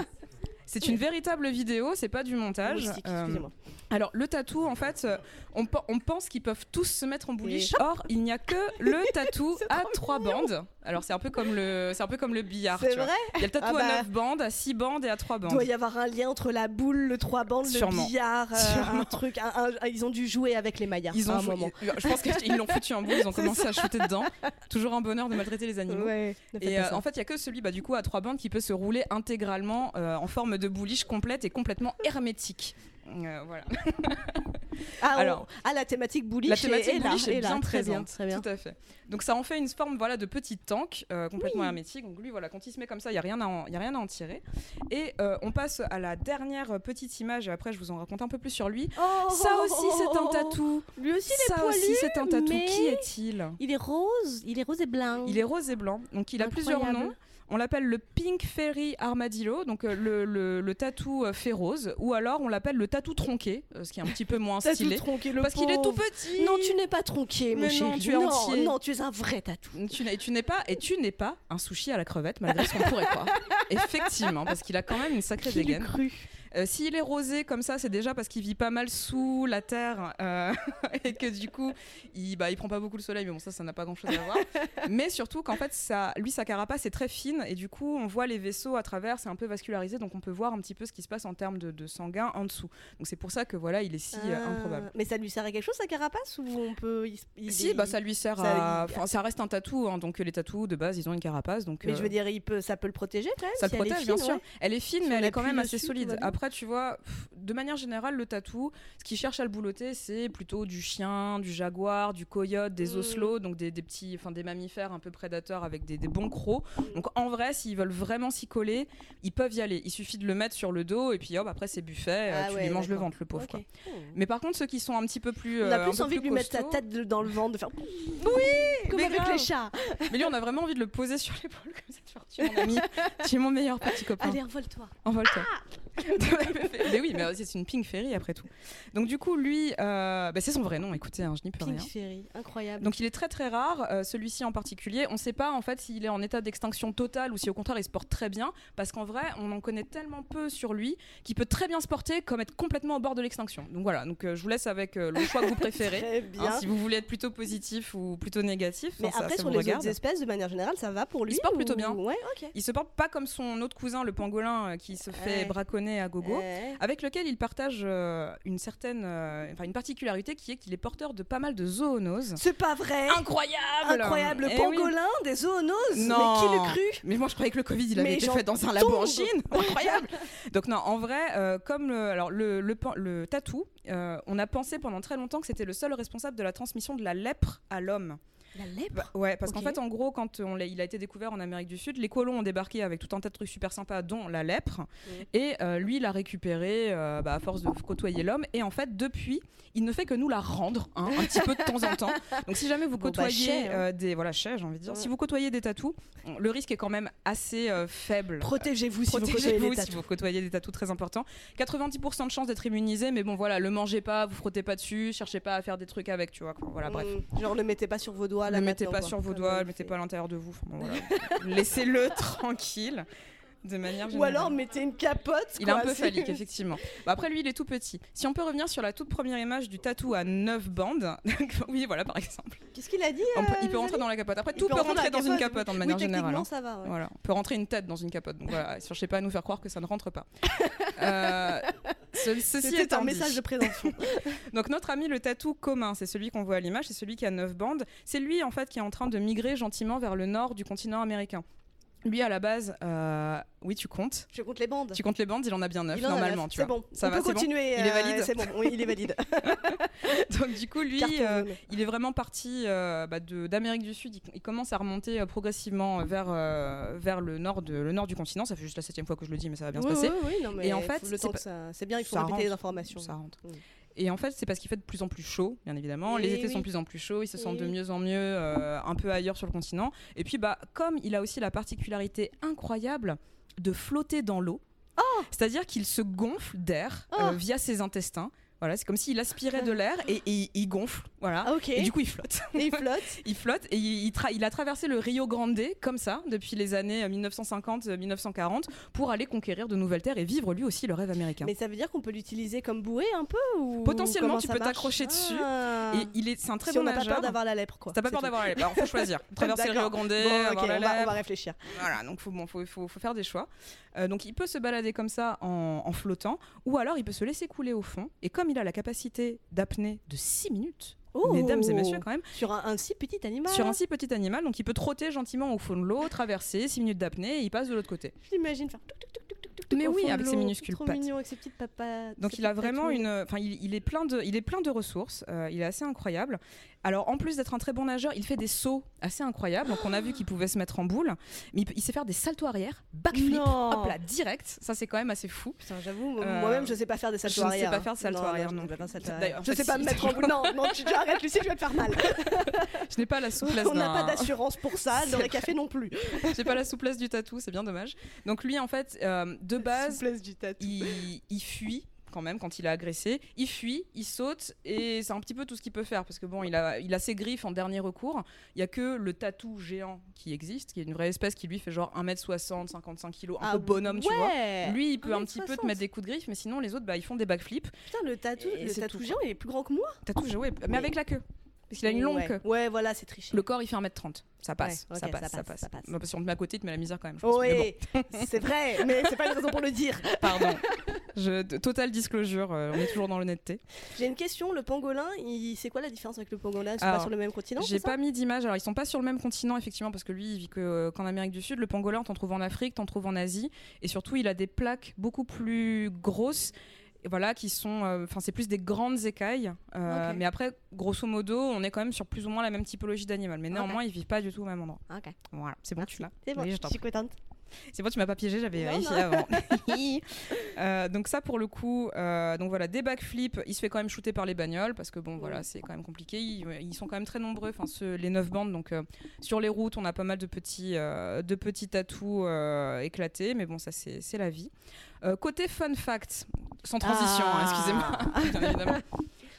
B: C'est une véritable vidéo, c'est pas du montage.
A: Moustique,
B: Euh,
A: excusez-moi.
B: alors le tatou, en fait, euh, on, pe- on pense qu'ils peuvent tous se mettre en bouliche. Or, il n'y a que le tatou à trois bandes. Alors c'est un peu comme le, c'est un peu comme le billard.
A: C'est
B: tu vois.
A: vrai
B: Il y a le tatou
A: Ah bah.
B: à neuf bandes, à six bandes et à trois bandes.
A: doit y avoir un lien entre la boule, le trois bandes,
B: Sûrement.
A: le billard, euh,
B: Sûrement.
A: un truc. un- un- un- ils ont dû jouer avec les Mayas.
B: Ils
A: à
B: ont
A: un
B: jou-
A: moment.
B: ils- je pense qu'ils l'ont foutu en boule, ils ont
A: Ah, C'est
B: commencé à shooter dedans. Toujours un bonheur de maltraiter les animaux.
A: Ouais. Ne faites
B: Et
A: pas
B: euh,
A: ça.
B: en fait, il y a que celui bah, du coup à trois bandes qui peut se rouler intégralement euh, en forme de bouliche complète et complètement hermétique. Euh, voilà.
A: ah, on-
B: alors-
A: ah, la thématique bouliche,
B: La thématique
A: est, est là,
B: bullish est
A: est là,
B: bien
A: très bien,
B: présente.
A: très bien.
B: Tout à fait. Donc ça en fait une forme voilà de petit tank euh, complètement hermétique. Donc lui voilà quand il se met comme ça, il y a rien à en, il y a rien à en tirer. Et euh, on passe à la dernière petite image et après je vous en raconte un peu plus sur lui.
A: Oh,
B: ça aussi c'est un tatou.
A: Lui aussi il est
B: Ça
A: poilu.
B: aussi c'est un tatou.
A: mais-
B: Qui est-il
A: Il est rose, il est rose et blanc.
B: Il est rose et blanc. Donc il a
A: Incroyable.
B: plusieurs noms. On l'appelle le Pink Fairy Armadillo, donc euh, le, le, le tatou euh, fait rose, ou alors on l'appelle le tatou tronqué, euh, ce qui est un petit peu moins
A: T'as tout
B: stylé.
A: tronqué, le
B: Parce qu'il est tout
A: pauvre.
B: petit.
A: Non, tu n'es pas tronqué, mon
B: Mais
A: chéri.
B: non, tu es
A: non,
B: entier.
A: non, tu es un vrai tatou.
B: Tu n'es, tu n'es pas et tu n'es pas un sushi à la crevette malgré ce qu'on pourrait croire. Effectivement, parce qu'il a quand même une sacrée
A: Qui l'eût
B: dégaine.
A: cru
B: Euh, s'il est rosé comme ça, c'est déjà parce qu'il vit pas mal sous la terre euh, et que du coup, il, bah, il prend pas beaucoup le soleil, mais bon, ça, ça n'a pas grand chose à voir. mais surtout qu'en fait, ça, lui, sa carapace est très fine et du coup, on voit les vaisseaux à travers, c'est un peu vascularisé, donc on peut voir un petit peu ce qui se passe en termes de, de sanguin en dessous. Donc c'est pour ça que voilà, il est si euh,
A: Ah,
B: improbable.
A: Mais ça lui sert à quelque chose, sa carapace Ou on peut. il- il-
B: Si,
A: il-
B: bah, ça lui sert
A: ça-
B: à. enfin, ça reste un tatou, hein, donc les tatous de base, ils ont une carapace. Donc,
A: Mais
B: euh,
A: je veux dire, il peut, ça peut le protéger quand même.
B: Ça
A: si
B: le
A: elle est
B: protège,
A: fine,
B: bien sûr.
A: ouais.
B: Elle est fine,
A: Si
B: mais
A: on
B: elle est quand
A: appuie
B: même assez
A: dessus, tout
B: solide.
A: va bien.
B: Après, tu vois, pff, de manière générale, le tatou, ce qu'il cherche à le boulotter, c'est plutôt du chien, du jaguar, du coyote, des
A: Mm.
B: oslots, donc des, des petits, enfin des mammifères un peu prédateurs avec des, des bons crocs. Donc en vrai, s'ils veulent vraiment s'y coller, ils peuvent y aller. Il suffit de le mettre sur le dos et puis hop, après c'est buffet, euh,
A: Ah
B: tu
A: ouais,
B: lui manges le
A: d'accord.
B: ventre, le pauvre.
A: Ok.
B: quoi. Mais par contre, ceux qui sont un petit peu plus,
A: On a
B: euh, un
A: Euh, plus
B: peu
A: envie de lui mettre sa
B: costauds-
A: tête de- dans le ventre, de faire. Oui Comme
B: mais
A: avec
B: grave.
A: les chats
B: Mais lui, on a vraiment envie de le poser sur l'épaule comme ça, de faire, tu es mon ami, tu es mon meilleur petit copain.
A: Allez, envole-toi
B: Envole-toi. mais oui, mais c'est une Pink Fairy après tout. Donc du coup, lui, euh, bah, c'est son vrai nom, écoutez, hein, je n'y peux
A: Pink
B: rien.
A: Fairy, incroyable.
B: Donc il est très très rare, euh, celui-ci en particulier. On ne sait pas en fait s'il est en état d'extinction totale ou si au contraire il se porte très bien, parce qu'en vrai on en connaît tellement peu sur lui qu'il peut très bien se porter comme être complètement au bord de l'extinction. Donc voilà, donc euh, je vous laisse avec euh, le choix que vous préférez.
A: Très
B: Hein,
A: bien.
B: si vous voulez être plutôt positif ou plutôt négatif,
A: mais
B: hein, ça-
A: après,
B: ça
A: sur
B: vous
A: les
B: regarde.
A: autres espèces, de manière générale, ça va pour lui
B: se porte
A: ou-
B: plutôt bien.
A: Ouais, ok.
B: Il se porte pas comme son autre cousin, le pangolin, euh, qui se fait
A: Ouais.
B: braconner à gogo.
A: Ouais.
B: avec lequel il partage euh, une certaine, euh, enfin une particularité qui est qu'il est porteur de pas mal de zoonoses.
A: C'est pas vrai
B: Ah, Incroyable
A: Eh, Incroyable
B: Eh oui.
A: pangolin des zoonoses
B: Non.
A: Mais qui l'eût cru
B: Mais moi je croyais que le Covid il avait
A: Mais
B: été
A: j'en
B: fait dans un labo en
A: tombe.
B: Chine. Incroyable. Donc non, en vrai, euh, comme le, alors le le, pan- le tatou, euh, on a pensé pendant très longtemps que c'était le seul responsable de la transmission de la lèpre à l'homme.
A: La lèpre
B: Bah, ouais, parce
A: Ok.
B: qu'en fait, en gros, quand on l'a- il a été découvert en Amérique du Sud, les colons ont débarqué avec tout un tas de trucs super sympas, dont la lèpre.
A: Mhm.
B: Et euh, lui, il a récupéré euh, bah, à force de côtoyer l'homme. Et en fait, depuis, il ne fait que nous la rendre hein, un petit peu de temps en temps. Donc, si jamais vous
A: Bon, bah,
B: côtoyez
A: chais, hein.
B: euh, des. Voilà, chais, j'ai envie de dire.
A: Ouais.
B: Si vous côtoyez des tatous, le risque est quand même assez euh, faible.
A: Protégez-vous si vous
B: Protégez-vous
A: côtoyez les
B: si
A: tatous.
B: vous côtoyez des tatous très importants. 90% de chances d'être immunisé, mais bon voilà, le mangez pas, vous frottez pas dessus, cherchez pas à faire des trucs avec, tu vois. quoi. Voilà, bref.
A: Mm, Genre, le mettez pas sur vos doigts. là,
B: Ne mettez
A: maintenant,
B: pas
A: quoi.
B: sur vos
A: Comme
B: doigts,
A: on
B: ne
A: le
B: mettez
A: fait.
B: pas à l'intérieur de vous. Enfin, bon, voilà. Laissez-le tranquille. De manière
A: Ou
B: générale.
A: alors, mettez une capote
B: il est un
A: quoi,
B: peu
A: c'est-
B: phallique, effectivement. Bah, après, lui, il est tout petit. Si on peut revenir sur la toute première image du tatou à 9 bandes, oui, voilà, par exemple.
A: Qu'est-ce qu'il a dit
B: On peut-
A: euh,
B: il peut
A: Zali
B: rentrer dans la capote. Après, tout peut
A: rentrer
B: rentrer
A: la
B: dans une capote, hein, de manière
A: oui,
B: générale.
A: techniquement,
B: hein.
A: ça va. ouais.
B: Voilà, on peut rentrer une tête dans une capote. Donc voilà, cherchez pas à nous faire croire que ça ne rentre pas. Euh, ce- ceci
A: C'était
B: étant
A: un
B: dit-
A: message de prévention.
B: Donc notre ami le tatou commun, c'est celui qu'on voit à l'image, c'est celui qui a neuf bandes. C'est lui en fait qui est en train de migrer gentiment vers le nord du continent américain. Lui à la base, euh, oui tu comptes,
A: Je compte les bandes.
B: tu comptes les bandes, il en a bien neuf
A: en a
B: normalement,
A: neuf,
B: tu
A: C'est
B: vois.
A: bon.
B: Ça
A: on
B: va,
A: peut
B: c'est bon
A: continuer.
B: Il est
A: euh,
B: valide.
A: C'est bon. Oui, il est valide.
B: Donc du coup lui,
A: Carte
B: euh,
A: jaune.
B: il est vraiment parti euh, bah, de- d'Amérique du Sud. Il, il commence à remonter euh, progressivement vers euh, vers le nord de- le nord du continent. Ça fait juste la septième fois que je le dis, mais ça va bien
A: Oui,
B: se passer.
A: oui, oui, non, mais
B: en
A: faut
B: fait,
A: le
B: c'est
A: temps
B: pas-
A: que ça- c'est bien, il faut
B: ça
A: répéter
B: rentre.
A: les informations.
B: Ça rentre.
A: Mm.
B: Et en fait, c'est parce qu'il fait de plus en plus chaud, bien évidemment.
A: Eh
B: les étés
A: oui.
B: sont de plus en plus chauds, ils se
A: Eh
B: sentent de
A: oui.
B: mieux en mieux euh, un peu ailleurs sur le continent. Et puis, bah, comme il a aussi la particularité incroyable de flotter dans l'eau, c'est-à-dire qu'il se gonfle d'air euh,
A: Oh.
B: via ses intestins. Voilà, c'est comme s'il aspirait de l'air et, et il gonfle. Voilà.
A: Ah, ok.
B: Et du coup, il flotte.
A: Et il flotte.
B: Il flotte et il, il tra- il a traversé le Rio Grande comme ça depuis les années euh, 1950-1940 pour aller conquérir de nouvelles terres et vivre lui aussi le rêve américain.
A: Mais ça veut dire qu'on peut l'utiliser comme bouée un peu ou
B: Potentiellement,
A: comment
B: tu
A: ça
B: peux
A: marche
B: t'accrocher dessus
A: Ah.
B: Et il est, c'est un très
A: si
B: bon
A: on n'a pas
B: nageur.
A: peur d'avoir la lèpre, quoi.
B: T'as pas
A: c'est
B: peur
A: tout.
B: d'avoir la lèpre. Alors faut choisir. Traverser le
A: D'accord.
B: Rio Grande,
A: Bon, ok, bah,
B: avoir la
A: on va, on
B: lèpre.
A: va réfléchir.
B: Voilà, donc faut, bon, faut, faut, faut faire des choix. Euh, donc il peut se balader comme ça en, en flottant, ou alors il peut se laisser couler au fond. Et comme il a la capacité d'apnée de 6 minutes,
A: Oh. Bah.
B: mesdames et messieurs quand même,
A: Sur un, un si petit animal.
B: sur un si petit animal, donc il peut trotter gentiment au fond de l'eau, traverser 6 minutes d'apnée, et il passe de l'autre côté.
A: Je l'imagine faire. touc, touc, touc, touc, touc, touc
B: Mais
A: au
B: oui,
A: fond de
B: avec ses
A: l'eau.
B: minuscules
A: Trop
B: pattes.
A: mignon avec ses petites papas.
B: Donc
A: ses
B: il a
A: petites
B: vraiment
A: patouilles.
B: une, enfin il, il est plein de, il est plein de ressources. euh, il est assez incroyable. Alors, en plus d'être un très bon nageur, il fait des sauts assez incroyables. Donc, on a vu qu'il pouvait se mettre en boule. Mais il, peut- il sait faire des saltos arrière, backflip,
A: Non.
B: hop là, direct. Ça, c'est quand même assez fou.
A: Putain, j'avoue,
B: Euh,
A: moi-même, je sais pas faire des salto
B: je ne sais
A: arrière.
B: pas faire de salto
A: hein. Non, non,
B: arrière
A: je ne
B: non
A: sais pas faire de salto
B: plus.
A: arrière.
B: D'ailleurs,
A: Je
B: en
A: sais
B: fait,
A: pas me
B: si.
A: mettre en boule. Non, non, tu, tu arrêtes, Lucie, je vais te faire mal.
B: Je n'ai pas la souplesse
A: On n'a
B: d'un-
A: pas d'assurance pour ça,
B: C'est
A: dans les cafés non plus.
B: J'ai pas la souplesse du tatou, c'est bien dommage. Donc lui, en fait, euh, de base,
A: Souplesse du tatou.
B: il, il fuit quand même quand il a agressé. Il fuit, il saute et c'est un petit peu tout ce qu'il peut faire parce que bon, il a, il a ses griffes en dernier recours. Il y a que le tatou géant qui existe, qui est une vraie espèce qui lui fait genre 1m60, 55 kg, un
A: Ah
B: peu bonhomme, tu vois. Lui, il peut Ah un petit peu te mettre des coups de griffes, mais sinon les autres, bah, ils font des backflips.
A: Putain, le tatou,
B: Et
A: le
B: c'est
A: tatou
B: tout,
A: géant, il est plus grand que moi.
B: Tatou, je- ouais, mais
A: Mais-
B: avec la queue. Parce qu'il a une longue
A: ouais.
B: queue.
A: Ouais, voilà, c'est triché.
B: Le corps, il fait 1m30. Ça passe,
A: Ouais,
B: ça,
A: ok,
B: passe ça passe, Bah, Si on te met à côté, il te met la misère quand même. je pense, mais bon.
A: Oh, Ouais, c'est vrai, mais c'est pas une raison pour le dire.
B: Pardon. Je, t- total disclosure, euh, on est toujours dans l'honnêteté.
A: J'ai une question, le pangolin, il... c'est quoi la différence avec le pangolin Ils sont
B: Alors,
A: pas sur le même continent
B: J'ai
A: c'est ça
B: pas mis d'image. Alors, ils sont pas sur le même continent, effectivement, parce que lui, il vit que, euh, qu'en Amérique du Sud. Le pangolin, t'en trouves en Afrique, t'en trouves en Asie. Et surtout, il a des plaques beaucoup plus grosses. et Voilà, qui sont. euh, Enfin, c'est plus des grandes écailles. Euh,
A: Ok.
B: Mais après, grosso modo, on est quand même sur plus ou moins la même typologie d'animal. Mais néanmoins, ils vivent pas du tout au même endroit.
A: Ah, Ok,
B: Voilà, c'est bon, tu l'as.
A: c'est bon,
B: Oui, je
A: je
B: t'en
A: suis contente.
B: C'est bon, tu m'as pas piégé, j'avais
A: Non,
B: vérifié avant. Euh, donc ça pour le coup, euh, donc voilà, des backflips, il se fait quand même shooter par les bagnoles parce que bon voilà, c'est quand même compliqué. Ils, ils sont quand même très nombreux, enfin ceux- les neuf bandes. Donc euh, sur les routes, on a pas mal de petits, euh, de petits tatous euh, éclatés, mais bon ça c'est c'est la vie. Euh, côté fun fact, sans transition,
A: Ah.
B: hein, excusez-moi. Bien évidemment.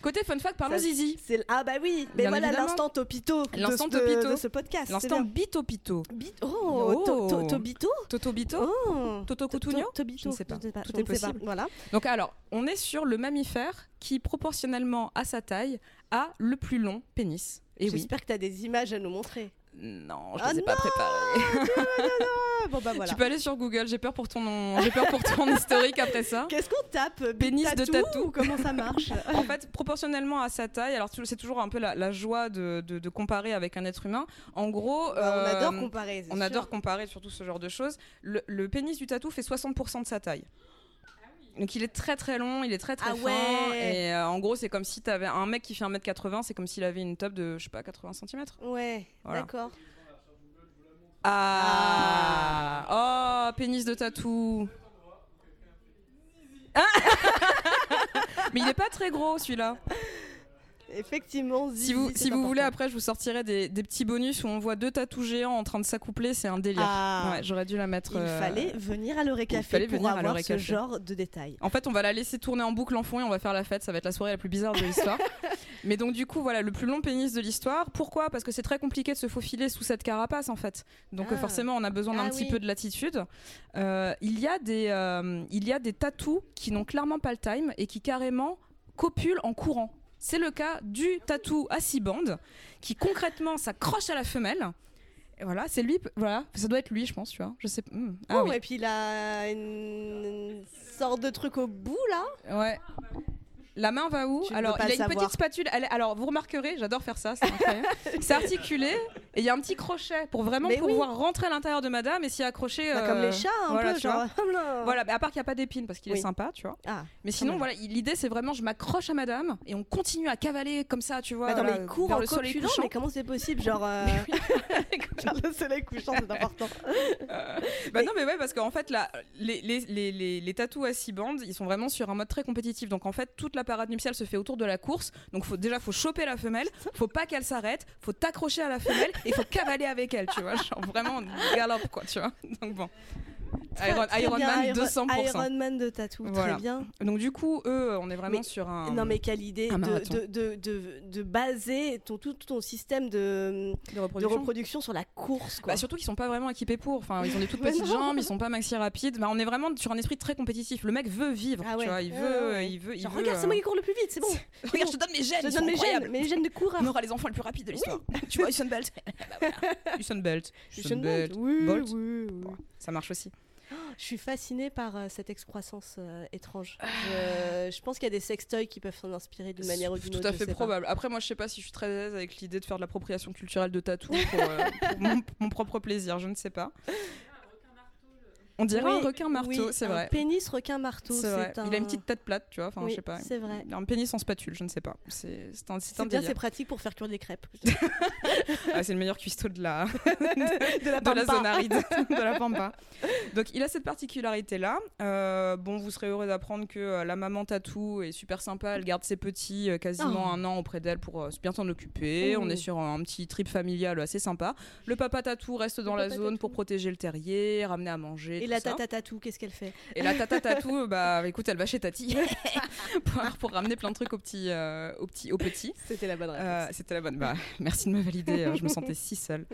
B: côté fun fact, parlons
A: Ça-
B: zizi.
A: C'est le- Ah bah oui, mais
B: Bien
A: voilà
B: évidemment.
A: l'instant topito de
B: L'instant
A: ce-
B: topito.
A: de ce podcast. c'est
B: L'instant
A: bien.
B: bito pito,
A: Bit- Oh, to- to-
B: Oh.
A: tobito
B: toto bito,
A: Oh.
B: toto
A: To- to-
B: coutugno.
A: Tobito,
B: Je ne sais pas. Tout
A: je
B: est
A: ne sais pas.
B: possible.
A: Voilà.
B: Donc alors, on est sur le mammifère qui, proportionnellement à sa taille, a le plus long pénis. Et oui.
A: J'espère que tu as des images à nous montrer.
B: Non, je
A: Ah
B: les ai pas préparés.
A: Ah, bon bah voilà.
B: Tu peux aller sur Google, j'ai peur pour ton nom- j'ai peur pour ton historique après ça.
A: Qu'est-ce qu'on tape Big
B: Pénis de tatou.
A: ou Comment ça marche Bah,
B: En fait, proportionnellement à sa taille, alors tu- c'est toujours un peu la, la joie de, de- de comparer avec un être humain. En gros,
A: Bah, On adore
B: euh,
A: comparer. c'est
B: on
A: sûr.
B: adore comparer surtout ce genre de choses. Le, le pénis du tatou fait 60% de sa taille. Donc il est très très long, il est très très
A: Ah
B: fin.
A: ouais.
B: Et euh, en gros, c'est comme si t'avais un mec qui fait 1m80, c'est comme s'il avait une top de, je sais pas, 80 cm.
A: Ouais,
B: Voilà.
A: d'accord.
B: Ah. Oh, pénis de tatou Ah. Mais il est pas très gros celui-là.
A: Effectivement,
B: Si
A: Zizi,
B: vous,
A: c'est
B: si vous
A: important.
B: voulez, après, je vous sortirai des, des petits bonus où on voit deux tatous géants en train de s'accoupler. C'est un délire.
A: Ah.
B: Ouais, j'aurais dû la mettre.
A: Il
B: euh,
A: fallait venir à l'Eureka
B: il fallait
A: Café pour
B: venir à
A: avoir
B: l'Eureka
A: ce
B: Café.
A: genre de détails.
B: En fait, on va la laisser tourner en boucle en fond et on va faire la fête. Ça va être la soirée la plus bizarre de l'histoire. Mais donc, du coup, voilà, le plus long pénis de l'histoire. Pourquoi Parce que c'est très compliqué de se faufiler sous cette carapace, en fait. Donc,
A: Ah.
B: euh, forcément, on a besoin d'un
A: Ah
B: petit
A: oui.
B: peu de latitude. Euh, il y a des, euh, il y a des tatous qui n'ont clairement pas le time et qui carrément copulent en courant. C'est le cas du tatou à six bandes, qui concrètement s'accroche à la femelle. Et voilà, c'est lui. Voilà, ça doit être lui, je pense, tu vois. Je sais. hmm. Ah
A: oh,
B: oui.
A: et puis il a une... une sorte de truc au bout là.
B: Ouais. La main va où
A: Tu ne
B: Alors,
A: peux pas
B: il a
A: le
B: une
A: savoir.
B: petite spatule. Elle est- Alors, vous remarquerez, j'adore faire ça, c'est incroyable. c'est articulé et il y a un petit crochet pour vraiment
A: Mais oui.
B: pouvoir rentrer à l'intérieur de madame et s'y accrocher.
A: Bah, comme les
B: euh,
A: chats, un
B: voilà,
A: peu.
B: tu
A: Genre...
B: Voilà, mais à part qu'il n'y a pas d'épines parce qu'il
A: Oui.
B: est sympa, tu vois.
A: Ah.
B: Mais sinon,
A: même.
B: voilà, il- l'idée c'est vraiment je m'accroche à madame et on continue à cavaler comme ça, tu vois.
A: Attends,
B: voilà,
A: mais il court
B: vers
A: en
B: le soleil
A: copulant,
B: couchant.
A: mais comment c'est possible Genre. euh, vers le soleil couchant, c'est important.
B: Bah non, mais ouais, parce qu'en fait, là, les, les, les, les, les tatous à six bandes, ils sont vraiment sur un mode très compétitif. Donc en fait, toute la parade nuptiale se fait autour de la course. Donc faut, déjà, faut choper la femelle, faut pas qu'elle s'arrête, faut t'accrocher à la femelle et faut cavaler avec elle, tu vois. Genre vraiment, on galope, quoi, tu vois. Donc bon. Iron,
A: Très
B: Iron
A: bien,
B: Man,
A: Iron-
B: 200%.
A: Iron Man de tatou,
B: Voilà.
A: très bien.
B: Donc du coup, eux, on est vraiment
A: Mais-
B: sur un.
A: Non, mais quelle idée
B: Un
A: de,
B: marathon.
A: de, de, de, de baser ton, tout tout ton système de,
B: de
A: de
B: reproduction.
A: reproduction sur la course, quoi.
B: Bah, surtout qu'ils sont pas vraiment équipés pour. Enfin, ils ont des toutes
A: Mais
B: petites
A: non.
B: jambes, ils sont pas maxi rapides. Bah, on est vraiment sur un esprit très compétitif. Le mec veut vivre,
A: Ah
B: tu
A: ouais.
B: vois. Il
A: Ouais,
B: veut,
A: ouais, ouais.
B: il veut, il
A: Genre,
B: veut,
A: regarde, c'est
B: euh,
A: moi qui cours le plus vite, c'est bon.
B: Regarde, je te donne mes gènes,
A: Je
B: ils
A: te
B: sont
A: donne mes
B: incroyables.
A: gènes, mes gènes de coureur.
B: On aura les enfants les plus rapides de l'histoire. tu vois, Usain Belt. Bah voilà. Usain Belt.
A: Usain Bolt. Oui,
B: Bolt.
A: oui, oui.
B: Bon, ça marche aussi.
A: Je suis fascinée par euh, cette excroissance euh, étrange. Je, je pense qu'il y a des sextoys qui peuvent s'en inspirer d'une manière ou
B: Ah. C'est
A: d'une autre.
B: Tout à
A: je
B: fait
A: sais pas.
B: probable. Après, moi, je sais pas si je suis très à l'aise avec l'idée de faire de l'appropriation culturelle de tatou pour, euh, pour mon, mon propre plaisir. Je ne sais pas. On dirait
A: Oui,
B: un requin marteau,
A: oui,
B: c'est
A: un
B: vrai.
A: Pénis requin marteau.
B: C'est vrai.
A: c'est un-
B: Il a une petite tête plate, tu vois. Enfin,
A: Oui,
B: je sais pas.
A: C'est vrai.
B: Il a un pénis en spatule, je ne sais pas. C'est c'est un, c'est un
A: C'est bien, c'est
B: délire.
A: pratique pour faire cuire des crêpes.
B: Ah, c'est le meilleur cuistot de la,
A: de la
B: de la
A: pampa.
B: zone aride, de la pampa. Donc il a cette particularité là. bon, vous serez heureux d'apprendre que euh, la maman tatou est super sympa. Elle garde ses petits euh, quasiment
A: Oh.
B: un an auprès d'elle pour euh, bien s'en occuper.
A: Ouh.
B: On est sur un, un petit trip familial assez sympa. Le papa tatou reste dans la
A: papa
B: zone
A: tatou.
B: pour protéger le terrier, ramener à manger.
A: Et
B: tout
A: la
B: ça.
A: tata tatou, qu'est-ce qu'elle fait
B: Et la tata tatou, euh, bah écoute, elle va chez Tati pour, pour ramener plein de trucs aux petits, euh, aux petits, aux petits.
A: C'était la bonne
B: Euh, C'était la bonne. Bah, merci de me valider. euh, je me sentais si seule.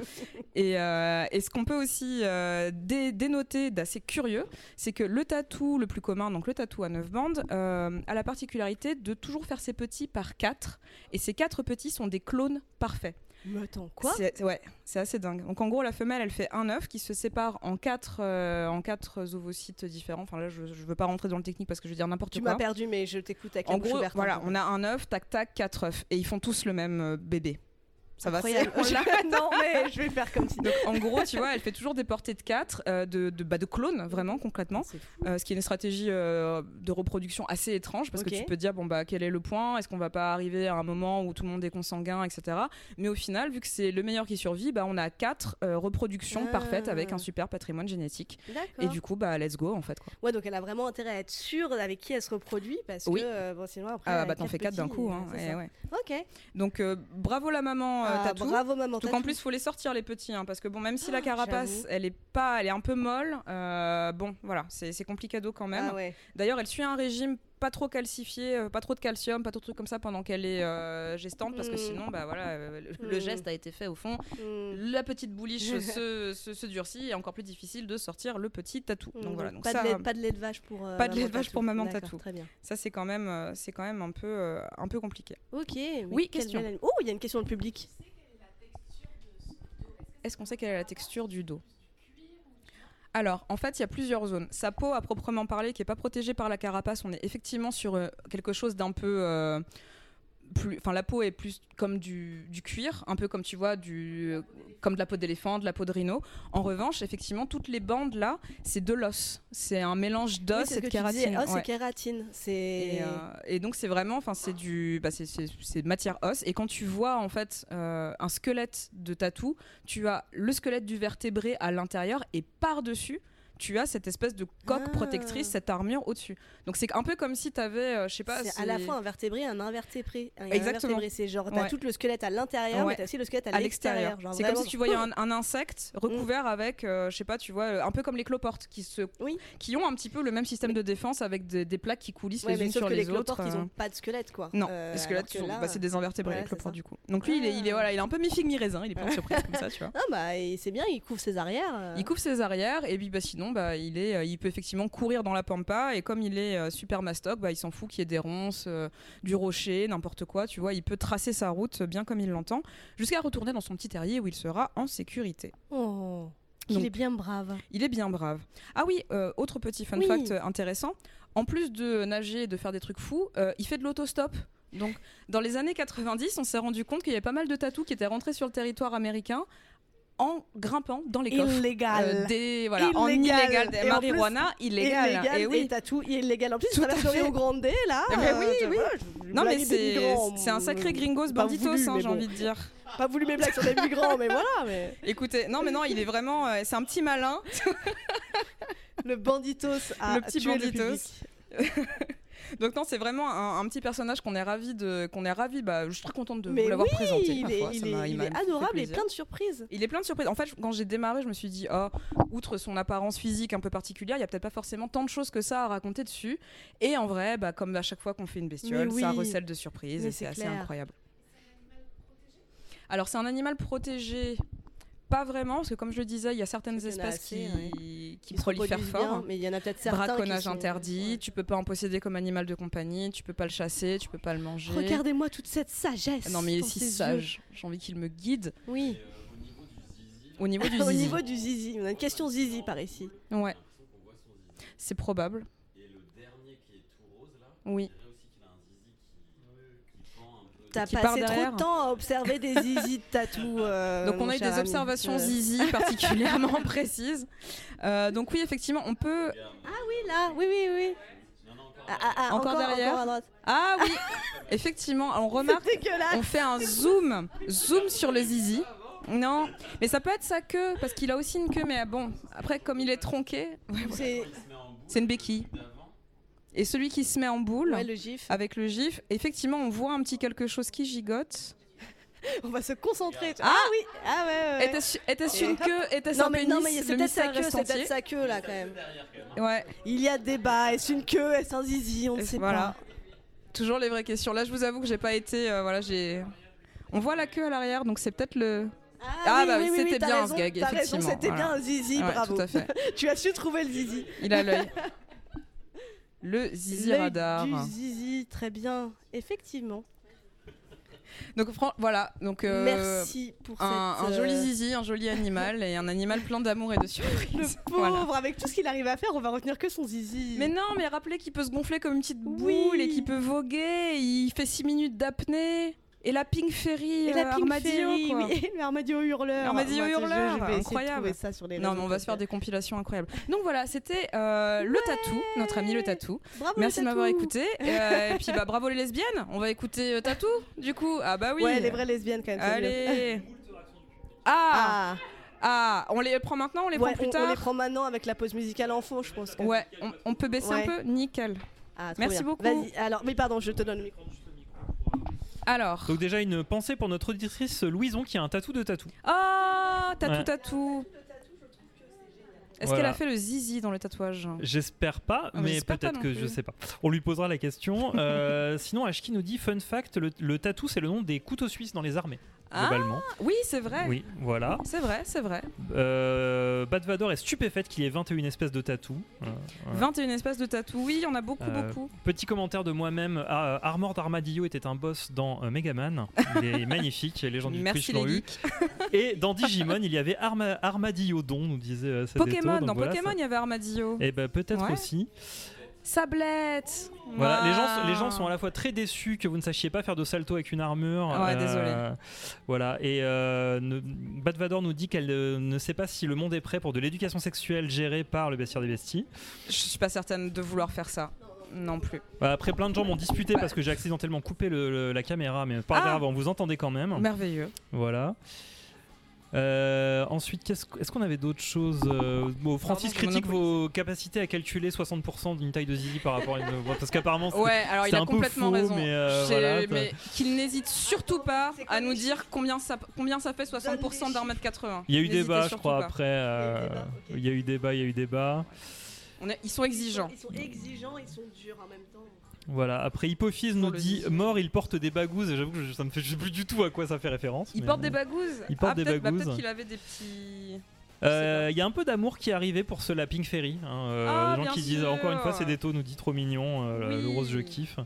B: Et, euh, et ce qu'on peut aussi euh, dé- dénoter d'assez curieux, c'est que le tatou le plus commun, donc le tatou à 9 bandes, euh, a la particularité de toujours faire ses petits par 4. Et ces 4 petits sont des clones parfaits.
A: Mais attends, quoi
B: C'est- c'est- Ouais, c'est assez dingue. Donc en gros, la femelle, elle fait un œuf qui se sépare en 4 en quatre ovocytes différents. Enfin là, je, je veux pas rentrer dans le technique parce que je veux dire n'importe quoi.
A: Tu m'as perdu, mais je t'écoute avec la
B: En
A: bouche
B: gros,
A: ouverte,
B: voilà,
A: hein.
B: on a un œuf, tac tac, quatre œufs, et ils font tous le même euh, bébé. Ça va,
A: Incroyable.
B: c'est-
A: On l'a- Non, mais je vais faire comme si.
B: Donc, en gros, tu vois, elle fait toujours des portées de 4, de, de, bah, de clones, vraiment, concrètement.
A: C'est fou.
B: Euh, ce qui est une stratégie euh, de reproduction assez étrange, parce
A: Ok.
B: que tu peux te dire, bon, bah, quel est le point Est-ce qu'on va pas arriver à un moment où tout le monde est consanguin, etc. Mais au final, vu que c'est le meilleur qui survit, bah, on a 4 reproductions
A: Ah.
B: parfaites avec un super patrimoine génétique.
A: D'accord.
B: Et du coup, bah, let's go, en fait. Quoi.
A: Ouais, donc elle a vraiment intérêt à être sûre avec qui elle se reproduit parce
B: Oui.
A: que euh, bon, sinon après.
B: Ah,
A: elle a
B: bah, t'en fais 4 d'un
A: petits, euh,
B: coup. Hein,
A: c'est
B: eh
A: ça.
B: ouais.
A: Ok.
B: Donc, euh, bravo la maman, euh,
A: Ah,
B: tatou.
A: bravo maman.
B: Donc
A: tatou.
B: en plus, faut les sortir les petits, hein, parce que bon, même si la
A: Ah,
B: carapace,
A: j'avoue.
B: elle est pas, elle est un peu molle. euh, bon, voilà, c'est c'est complicado quand même.
A: Ah ouais.
B: D'ailleurs, elle suit un régime pas trop calcifié, euh, pas trop de calcium, pas trop de trucs comme ça pendant qu'elle est euh, gestante, parce que
A: Mm.
B: sinon, bah voilà, euh, le, le
A: Mm.
B: geste a été fait au fond.
A: Hmm.
B: La petite bouliche se, se, se durcit et encore plus difficile de sortir le petit tatou.
A: Hmm,
B: Donc voilà, donc
A: pas,
B: ça,
A: de lait- pas de l'élevage pour. euh,
B: pas de
A: maman
B: l'élevage
A: tatou.
B: pour maman
A: D'accord,
B: tatou.
A: Très bien.
B: ça c'est quand même, euh, c'est quand même un peu, euh, un peu compliqué.
A: Ok. mais
B: Oui,
A: quelle
B: question.
A: belle- Oh, il y a une question de public.
B: Est-ce qu'on sait quelle est la texture du dos alors, en fait, il y a plusieurs zones. Sa peau, à proprement parler, qui n'est pas protégée par la carapace, on est effectivement sur euh, quelque chose d'un peu. euh, plus- Enfin, la peau est plus comme du, du cuir, un peu comme tu vois, du, comme de la peau d'éléphant, de la peau de rhino. En revanche, effectivement, toutes les bandes là, c'est de l'os. C'est un mélange
A: Oui,
B: d'os
A: c'est ce
B: et
A: que
B: de
A: tu disais.
B: kératine.
A: Oh, c'est
B: Ouais.
A: kératine. C'est.
B: Et, euh, et donc c'est vraiment, enfin c'est du, bah, c'est- c'est c'est de matière os. Et quand tu vois en fait euh, un squelette de tatou, tu as le squelette du vertébré à l'intérieur et par dessus. Tu as cette espèce de coque
A: Ah.
B: protectrice, cette armure au-dessus. Donc c'est un peu comme si tu avais, je sais pas.
A: C'est à la fois un vertébré et un invertébré. Un
B: Exactement.
A: invertébré, c'est genre, t'as
B: Ouais.
A: tout le squelette à l'intérieur,
B: Ouais.
A: mais t'as aussi le squelette à,
B: à l'extérieur.
A: Genre
B: C'est comme
A: vraiment, Mm.
B: si tu
A: genre,
B: voyais un, un insecte recouvert avec, euh, je sais pas, tu vois, un peu comme les cloportes qui se,
A: Oui.
B: qui ont un petit peu le même système de défense avec des, des plaques qui coulissent
A: Ouais,
B: les
A: mais
B: unes
A: sauf
B: sur
A: que
B: les,
A: les
B: autres.
A: cloportes, ils
B: euh.
A: ont pas de squelette, quoi.
B: Non,
A: Euh,
B: parce que là,
A: alors
B: tu- bah, c'est des invertébrés,
A: ouais,
B: les cloportes
A: c'est ça.
B: du coup. Donc lui, il, est, il est- voilà, il est un peu mi-figue, mi-raisin, il est plein de surprises comme ça, tu vois.
A: Ah bah et c'est bien, il couvre ses arrières. euh.
B: Il couvre ses arrières et puis bah, sinon bah, il, est, euh, il peut effectivement courir dans la pampa et comme il est euh, super mastoc, bah, il s'en fout qu'il y ait des ronces, euh, du rocher, n'importe quoi, tu vois, il peut tracer sa route euh, bien comme il l'entend jusqu'à retourner dans son petit terrier où il sera en sécurité.
A: Oh,
B: Donc-
A: il est bien brave.
B: Il est bien brave. Ah oui, euh, autre petit fun
A: Oui.
B: fact euh, intéressant. En plus de nager et de faire des trucs fous, euh, il fait de l'autostop. Donc, dans les années 90, on s'est rendu compte qu'il y avait pas mal de tatous qui étaient rentrés sur le territoire américain en grimpant dans les coffres. Euh,
A: Illégal.
B: des, voilà, en
A: Illégal.
B: illégal, des
A: Et en plus,
B: marijuana, illégal.
A: Illégal,
B: et oui.
A: et t'as tout illégal. En plus,
B: Tout
A: ça va
B: à
A: se
B: fait.
A: au Grande là.
B: Eh ben oui, oui. Non mais c'est c'est un sacré
A: gris
B: gringos
A: Pas
B: banditos,
A: voulu,
B: hein,
A: mais
B: j'ai
A: bon.
B: envie de dire.
A: Pas voulu mes blagues sur les migrants, mais voilà. Mais
B: Écoutez, non mais non, il est vraiment, euh, c'est un petit malin.
A: le banditos a
B: Le petit
A: tué
B: banditos.
A: Le public.
B: Donc non, c'est vraiment un, un petit personnage qu'on est ravi de, qu'on est ravi. Bah, je suis très contente de
A: Mais
B: vous l'avoir
A: oui,
B: présenté.
A: il
B: ma
A: est,
B: foi,
A: il
B: ça
A: est-
B: m'a- il
A: il
B: m'a
A: est
B: fait
A: adorable et
B: plaisir.
A: plein de surprises.
B: Il est plein de surprises. En fait, je- quand j'ai démarré, je me suis dit, ah, outre son apparence physique un peu particulière, il y a peut-être pas forcément tant de choses que ça à raconter dessus. Et en vrai, bah, comme à chaque fois qu'on fait une bestiole,
A: Mais
B: ça
A: oui.
B: recèle de surprises
A: Mais
B: et c'est
A: c'est
B: assez
A: clair.
B: incroyable. Alors, c'est un animal protégé. Pas vraiment, parce que comme je le disais, il y a certaines
A: Parce qu'il y en a
B: espèces
A: assez,
B: qui, qui
A: Ils se
B: prolifèrent
A: reproduisent
B: fort.
A: bien,
B: hein.
A: mais il y en a peut-être certains. qui
B: Braconnage
A: sont-
B: interdit, tu peux pas en posséder comme animal de compagnie, tu peux pas le chasser, tu peux pas le manger. Ah
A: Regardez-moi toute cette sagesse.
B: non mais il est
A: dans
B: si
A: ses yeux.
B: sage, j'ai envie qu'il me guide
A: Oui.
B: au niveau du
A: Au
B: zizi.
A: niveau du zizi, on a une question zizi par ici.
B: Ouais. C'est probable. Oui.
A: T'as
B: qui part
A: passé trop
B: derrière.
A: de temps à observer des zizi de tatou. euh,
B: Donc on
A: mon
B: a eu
A: cher
B: des
A: ami.
B: observations
A: Euh,
B: zizi particulièrement précises. Euh, donc oui, effectivement, on peut...
A: Oui, là, oui, oui, oui. Ah, ah, ah,
B: Encore derrière.
A: à droite.
B: Ah oui, effectivement, on remarque,
A: C'est dégueulasse.
B: on fait un zoom, zoom sur le zizi. Non, mais ça peut être sa queue, parce qu'il a aussi une queue, mais ah bon, après, comme il est tronqué,
A: C'est
B: c'est une béquille. Et celui qui se met en boule,
A: ouais, le gif.
B: avec le gif, effectivement, on voit un petit quelque chose qui gigote.
A: On va se concentrer.
B: Ah
A: oui. Ah ouais. ouais, ouais.
B: Était-ce était-ce une
A: Et-
B: queue Était-ce
A: Non
B: un
A: mais,
B: pénis
A: non mais c'est
B: Le
A: peut-être sa
B: mystère
A: queue,
B: reste
A: c'est peut-être
B: entier.
A: sa queue là quand même.
B: Ouais.
A: Il y a débat, est-ce une queue, est-ce un zizi, on ne
B: Et
A: sait
B: voilà.
A: pas.
B: Toujours les vraies questions. Là, je vous avoue que j'ai pas été. euh, voilà, j'ai. On voit la queue à l'arrière, donc c'est peut-être le. Ah, bah, c'était
A: t'as
B: bien, ce
A: raison,
B: gag,
A: t'as raison,
B: effectivement,
A: c'était
B: voilà.
A: bien un zizi,
B: Ouais,
A: bravo.
B: Tout à fait.
A: Tu as su trouver le zizi.
B: Il a l'œil. Le zizi
A: L'œil
B: radar.
A: Du zizi, très bien, effectivement.
B: Donc fran- voilà. Donc euh,
A: Merci pour
B: Un,
A: cette.
B: un joli
A: euh,
B: zizi, un joli animal et un animal plein d'amour et de
A: Le
B: surprise.
A: pauvre,
B: Voilà.
A: avec tout ce qu'il arrive à faire, on va retenir que son zizi.
B: Mais non, mais rappelez qu'il peut se gonfler comme une petite boule
A: Oui.
B: et qu'il peut voguer. Il fait 6 minutes d'apnée. Et la Pink Ferry,
A: Et la
B: euh,
A: Pink
B: Armadillo,
A: Fairy,
B: quoi.
A: oui, et le armadillo hurleur.
B: L'armadillo
A: Moi, ce jeu,
B: hurleur,
A: je vais essayer de
B: incroyable.
A: trouver ça sur les
B: Non,
A: réseaux
B: mais on va se faire
A: sociaux.
B: des compilations incroyables. Donc voilà, c'était euh, le tatou, notre ami le tatou.
A: Bravo, Oh, le
B: Merci de m'avoir
A: tatou.
B: écouté. Euh, et puis bah bravo les lesbiennes. On va écouter euh, tatou du coup. Ah bah oui.
A: Ouais, les vraies lesbiennes quand même. c'est mieux.
B: Allez. Ah, ah
A: Ah,
B: on les prend maintenant, on les
A: Ouais,
B: prend plus
A: on, on
B: tard.
A: les prend maintenant avec la pause musicale en fond, je pense. que-
B: Ouais, on, on peut baisser
A: Ouais.
B: un peu, nickel.
A: Ah, trop
B: Merci
A: bien.
B: beaucoup.
A: Vas-y, alors, mais pardon, je te donne le micro.
B: Alors.
C: Donc déjà une pensée pour notre auditrice Louison qui a un tatou de tatou.
B: Ah, tatou,
C: Ouais.
B: tatou. Est-ce
C: Voilà.
B: qu'elle a fait le zizi dans le tatouage
C: J'espère pas,
B: Ah,
C: mais
B: j'espère pas
C: peut-être
B: non
C: que
B: plus.
C: je sais pas. On lui posera la question. Euh, sinon, Ashki nous dit fun fact, le, le tatou c'est le nom des couteaux suisses dans les armées
B: Ah,
C: globalement.
B: oui, c'est vrai.
C: Oui, Ah. voilà.
B: C'est vrai, c'est vrai.
C: Euh, Badvador est stupéfaite qu'il y ait 21 espèces de tatou. Euh, ouais.
B: 21 espèces de tatou. Oui, il y en a beaucoup,
C: Euh,
B: beaucoup.
C: Petit commentaire de moi-même. Ah, euh, Armored Armadillo était un boss dans euh, Mega Man. Il est magnifique. Les gens du
B: Merci
C: Twitch l'ont
B: les
C: eu.
B: geeks.
C: Et dans Digimon, il y avait Arma Armadillo Don, nous disait euh, Sadeto,
B: Pokémon,
C: donc
B: dans
C: voilà,
B: Pokémon,
C: ça-
B: il y avait Armadillo.
C: Eh ben peut-être
B: Ouais.
C: aussi.
B: Sablette Ah.
C: Voilà, les
B: Waouh.
C: gens, les gens sont à la fois très déçus que vous ne sachiez pas faire de salto avec une armure. euh,
B: Ouais, désolé.
C: Voilà, et euh, ne- Badvador nous dit qu'elle euh, ne sait pas si le monde est prêt pour de l'éducation sexuelle gérée par le bestiaire des besties.
B: Je suis pas certaine de vouloir faire ça. Non plus.
C: Voilà, Après, plein de gens m'ont disputé parce que j'ai accidentellement coupé le- le- la caméra, mais pas
B: Ah.
C: grave, on vous entendait quand même.
B: Merveilleux.
C: Voilà. Euh, ensuite, qu'est-ce qu- est-ce qu'on avait d'autres choses euh, bon, Francis
B: j'ai
C: critique
B: monopolisé.
C: vos capacités à calculer 60% d'une taille de zizi par rapport à une. parce qu'apparemment, c'est-
B: Ouais, alors il
C: c'est
B: a
C: un peu
B: complètement
C: faux,
B: raison.
C: mais, euh,
B: J'ai-
C: voilà, t'as-
B: mais qu'il n'hésite surtout pas
A: C'est comme
B: à nous
A: les
B: dire combien ça, combien ça fait
A: Donne
B: 60%
A: les
B: d'un mètre 80.
C: Il y a eu
B: N'hésitez
C: débat, je
B: surtout
C: crois,
B: pas.
C: après. euh,
A: Il
C: Il y a eu débat, il y a eu débat.
B: On est- ils sont exigeants.
A: Ils sont exigeants, ils sont durs en même temps.
C: Voilà, après Hypophyse nous
B: le
C: dit
B: zizi.
C: mort, il porte des bagouses. Et j'avoue que je- ça me fait je sais plus du tout à quoi ça fait référence.
B: Ils
C: mais-
B: portent des bagouses
C: Ils portent
B: Ah,
C: des
B: peut-être bah,
C: bagouses.
B: peut-être qu'il avait des petits.
C: Euh, Il y a un peu d'amour qui est arrivé pour ce Lapping Ferry. hein, euh,
B: Ah,
C: les gens
B: bien
C: qui disent
B: sûr.
C: encore une fois, c'est des taux, nous dit trop mignon. euh,
B: Oui.
C: Le rose, je kiffe.